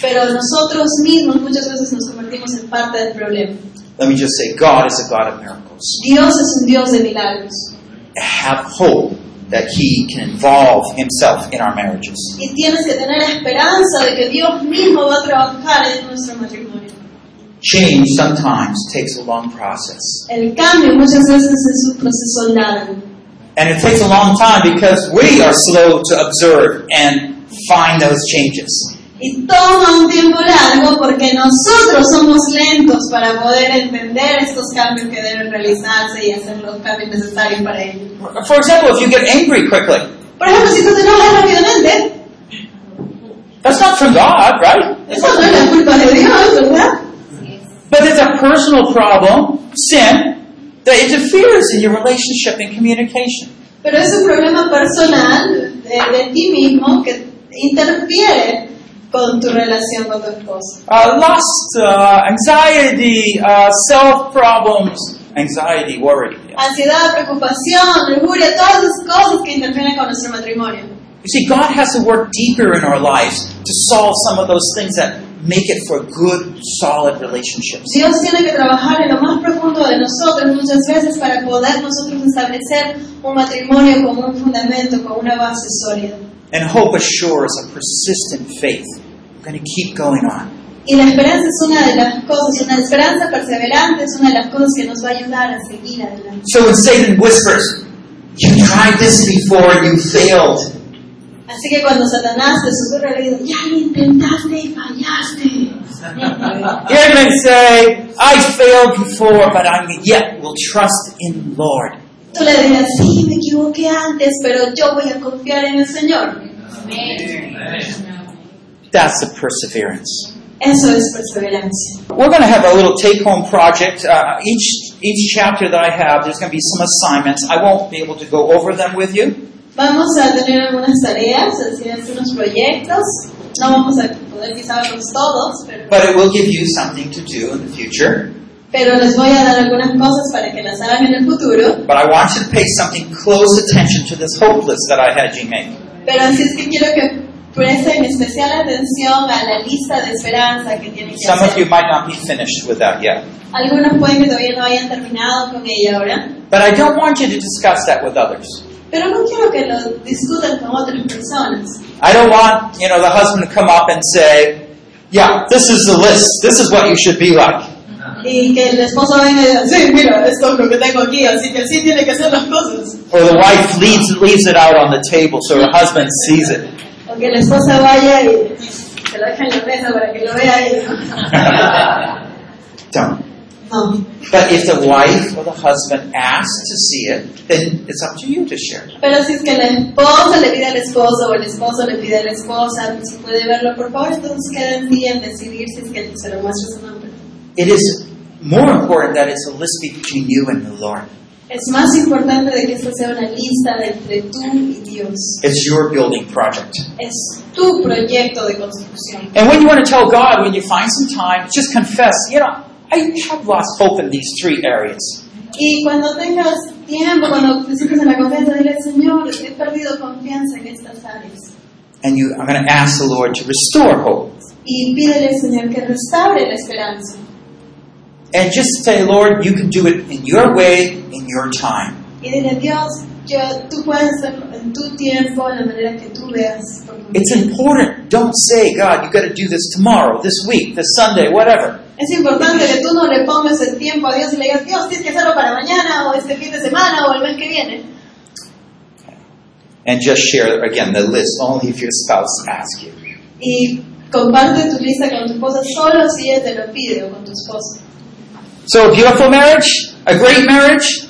S4: pero nosotros mismos muchas veces nos convertimos en parte del problema.
S3: Let me just say God is a God of miracles.
S4: Dios es un Dios de milagros
S3: Have hope that He can involve Himself in our marriages.
S4: y tienes que tener esperanza de que Dios mismo va a trabajar en nuestro matrimonio.
S3: Change sometimes takes a long process.
S4: El cambio muchas veces es un proceso largo.
S3: And it takes a long time because we are slow to observe and find those changes.
S4: Y toma un tiempo largo porque nosotros somos lentos para poder entender estos cambios que deben realizarse y hacer los cambios necesarios para ello.
S3: For example, if you get angry quickly,
S4: Por ejemplo, si tú te enojas rápidamente,
S3: that's not from God, right?
S4: eso no es la culpa de Dios, ¿verdad?
S3: But it's a personal problem, sin, that interferes in your relationship and communication.
S4: Pero es un problema personal de, de ti mismo que interfiere con tu relación con tu esposo.
S3: Uh, lust, uh, anxiety, uh, self problems, anxiety, worry. yeah.
S4: Ansiedad, preocupación, lujuria, todas esas cosas que interfieren con nuestro matrimonio.
S3: You see, God has to work deeper in our lives to solve some of those things that make it for good, solid relationships.
S4: Dios tiene que trabajar en lo más profundo de nosotros muchas veces para poder nosotros establecer un matrimonio con un fundamento, con una base sólida.
S3: And hope assures a persistent faith. We're going to keep going on.
S4: Y la esperanza es una de las cosas, una esperanza perseverante es una de las cosas que nos va a ayudar a seguir adelante.
S3: So when Satan whispers, You tried this before and you failed.
S4: Así que cuando Satanás te susurra al oído, ya lo intentaste y fallaste.
S3: Him and say, I failed before, but I yet will trust in Lord.
S4: Tú le dirás, sí, me equivoqué antes, pero yo voy a confiar en el Señor.
S3: That's the perseverance.
S4: Eso es perseverancia.
S3: We're going to have a little take-home project. Uh, each each chapter that I have, there's going to be some assignments. I won't be able to go over them with you,
S4: Vamos a tener algunas tareas, así algunos proyectos. No vamos a poder quizá verlos todos, pero,
S3: but it will give you something to do in the future.
S4: pero les voy a dar algunas cosas para que las hagan en el futuro.
S3: But I want you to pay something close attention to this hope list that I had you make.
S4: Pero así es que quiero que presten especial atención a la lista de esperanza que tienen que
S3: Some of you
S4: hacer.
S3: might not be finished with that yet.
S4: Algunos pueden que todavía no hayan terminado con ella ahora,
S3: But I don't want you to discuss that with others.
S4: pero no quiero que lo discutan con otras personas.
S3: I don't want, you know, the husband to come up and say, yeah, this is the list. This is what you should be like.
S4: Y que el esposo venga y diga, sí, mira, esto es lo que tengo aquí, así que así tiene que ser las cosas.
S3: Or the wife leaves, leaves it out on the table so her husband sees it.
S4: O que la esposa vaya y se lo deja en la mesa para que lo vea él.
S3: Don't.
S4: No.
S3: But if the wife or the husband asks to see it, then it's up to you to share. it.
S4: Pero si es que la esposa le pide al esposo o el esposo le pide a la esposa, pues, si puede verlo, por favor, entonces queda en ti en decidir si es que se lo muestra a su nombre.
S3: It is more important that it's a list between you and the Lord.
S4: Es más importante de que esta sea una lista de entre tú y Dios.
S3: It's your building project.
S4: Es tu proyecto de construcción.
S3: And when you want to tell God, when you find some time, just confess, you know, I have lost hope in these three areas.
S4: Y cuando tengas tiempo, cuando te sientes en la confianza, dile, Señor, he perdido confianza en estas áreas.
S3: And you, I'm going to ask the Lord to restore hope.
S4: Y pídele, Señor, que restaure la esperanza.
S3: And just say, Lord, you can do it in your way, in your time.
S4: Y dile, Dios, yo, tú puedes hacerlo en tu tiempo, en la manera que tú veas. por mí".
S3: It's important. Don't say, God, you got to do this tomorrow, this week, this Sunday, whatever.
S4: Es importante que tú no le pongas el tiempo a Dios y le digas, Dios, tienes que hacerlo para mañana, o este fin de semana, o el mes que viene.
S3: And just share, again, the list only if your spouse asks you.
S4: Y comparte tu lista con tu esposa solo si ella te lo pide, o con tu esposo.
S3: So, a beautiful marriage, a great marriage,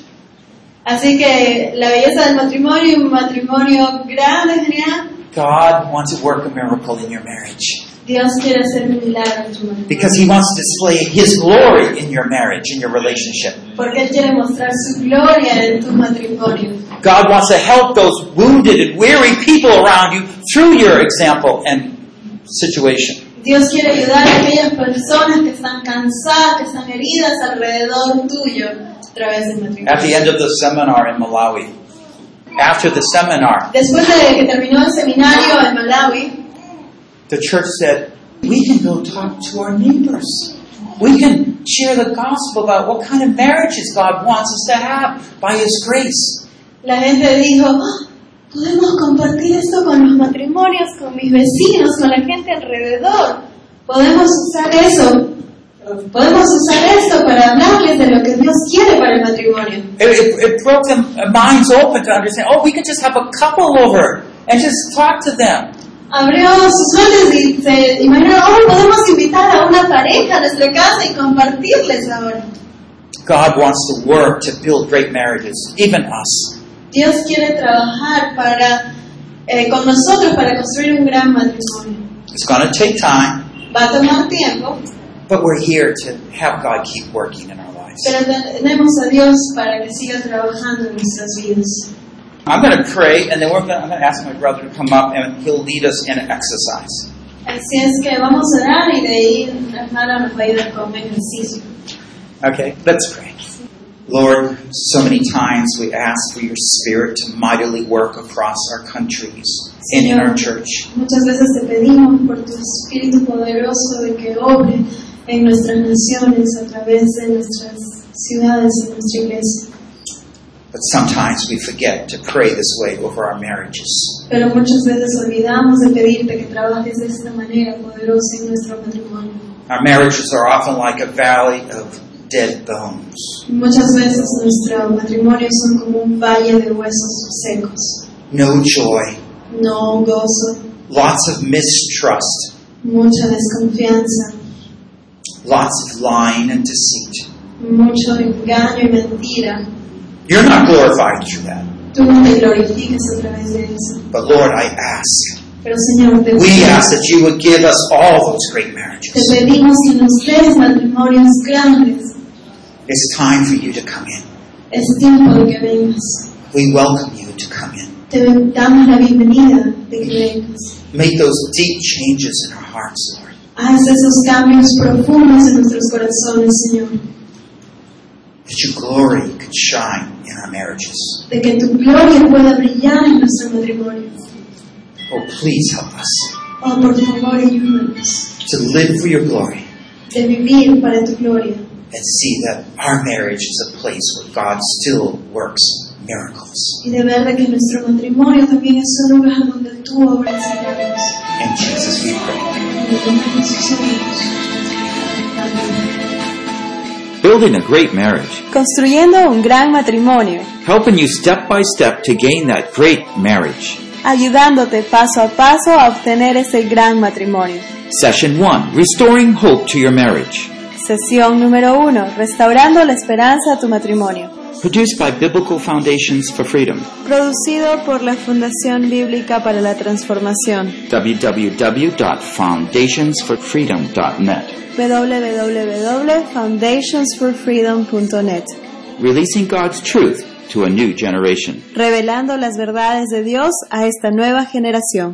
S4: Así que la belleza del matrimonio, un matrimonio grande, genial,
S3: God wants to work a miracle in your marriage
S4: Dios quiere hacer un milagro en tu matrimonio.
S3: because He wants to display His glory in your marriage, in your relationship.
S4: Porque Él quiere mostrar su gloria en tu matrimonio.
S3: God wants to help those wounded and weary people around you through your example and situation.
S4: Dios quiere ayudar a aquellas personas que están cansadas, que están heridas alrededor tuyo a través del
S3: At the
S4: matrimonio.
S3: end of the seminar in Malawi, after the seminar,
S4: Después de que terminó el seminario en Malawi,
S3: the church said, We can go talk to our neighbors. We can share the gospel about what kind of marriages God wants us to have by His grace.
S4: la gente dijo, "Ah, podemos compartir esto con los matrimonios, con mis vecinos, con la gente alrededor. Podemos usar eso. Podemos usar esto para hablarles de lo que Dios quiere para el matrimonio.
S3: It, it, it broke their minds open to understand, oh, we could just have a couple over and just talk to them.
S4: abrió sus mentes y se imaginó, ahora podemos invitar a una pareja a nuestra casa y compartirles ahora.
S3: God wants to work to build great marriages, even us.
S4: Dios quiere trabajar para, eh, con nosotros para construir un gran matrimonio.
S3: It's going to take time,
S4: Va a tomar tiempo,
S3: but we're here to have God keep working in our lives.
S4: pero tenemos a Dios para que siga trabajando en nuestras vidas.
S3: I'm going to pray, and then we're gonna, I'm going to ask my brother to come up, and he'll lead us in an exercise.
S4: Así es que vamos a orar y de ahí nuestra hermana nos va a ayudar con un ejercicio.
S3: Okay, let's pray. Lord, so many times we ask for your spirit to mightily work across our countries and in our church.
S4: Muchas veces te pedimos por tu Espíritu poderoso de que obre en nuestras naciones, a través de nuestras ciudades y nuestra iglesia.
S3: But sometimes we forget to pray this way over our marriages.
S4: Pero muchas veces olvidamos de pedirte que trabajes de esta manera poderosa en nuestro matrimonio.
S3: Our marriages are often like a valley of dead bones.
S4: Muchas veces nuestros matrimonios son como un valle de huesos secos.
S3: no joy,
S4: No gozo,
S3: lots of mistrust,
S4: mucha desconfianza,
S3: lots of lying and deceit.
S4: mucho engaño y mentira.
S3: You're not glorified through that.
S4: Tú no te glorificas a través de eso.
S3: But Lord, I ask,
S4: Pero Señor, te
S3: we
S4: pido-
S3: ask that you would give us all those great
S4: Te
S3: marriages.
S4: pedimos que nos des matrimonios grandes.
S3: It's time for you to come in.
S4: Es tiempo de que vengas.
S3: We welcome you to come in.
S4: Te damos la bienvenida de que vengas.
S3: Make those deep changes in our hearts, Lord.
S4: Haz esos cambios profundos en nuestros corazones, Señor.
S3: That your glory could shine in our marriages.
S4: De que tu gloria pueda brillar en nuestro matrimonio.
S3: Oh, please help us
S4: Oh, por favor, ayúdanos
S3: to live for your glory
S4: de vivir para tu gloria.
S3: and see that our marriage is a place where God still works miracles.
S4: Y de ver de que nuestro matrimonio también es un lugar donde tú obras milagros.
S3: In Jesus we pray.
S4: En el nombre de Jesús, amén.
S1: Building a great marriage.
S2: Construyendo un gran matrimonio,
S1: Helping you step by step to gain that great marriage.
S2: ayudándote paso a paso a obtener ese gran matrimonio.
S1: Session 1. Restoring hope to your marriage.
S2: Sesión número 1. Restaurando la esperanza a tu matrimonio.
S1: Produced by Biblical Foundations for Freedom.
S2: Producido por la Fundación Bíblica para la Transformación.
S1: www.foundationsforfreedom.net.
S2: www.foundationsforfreedom.net.
S1: Releasing God's truth to a new generation.
S2: Revelando las verdades de Dios a esta nueva generación.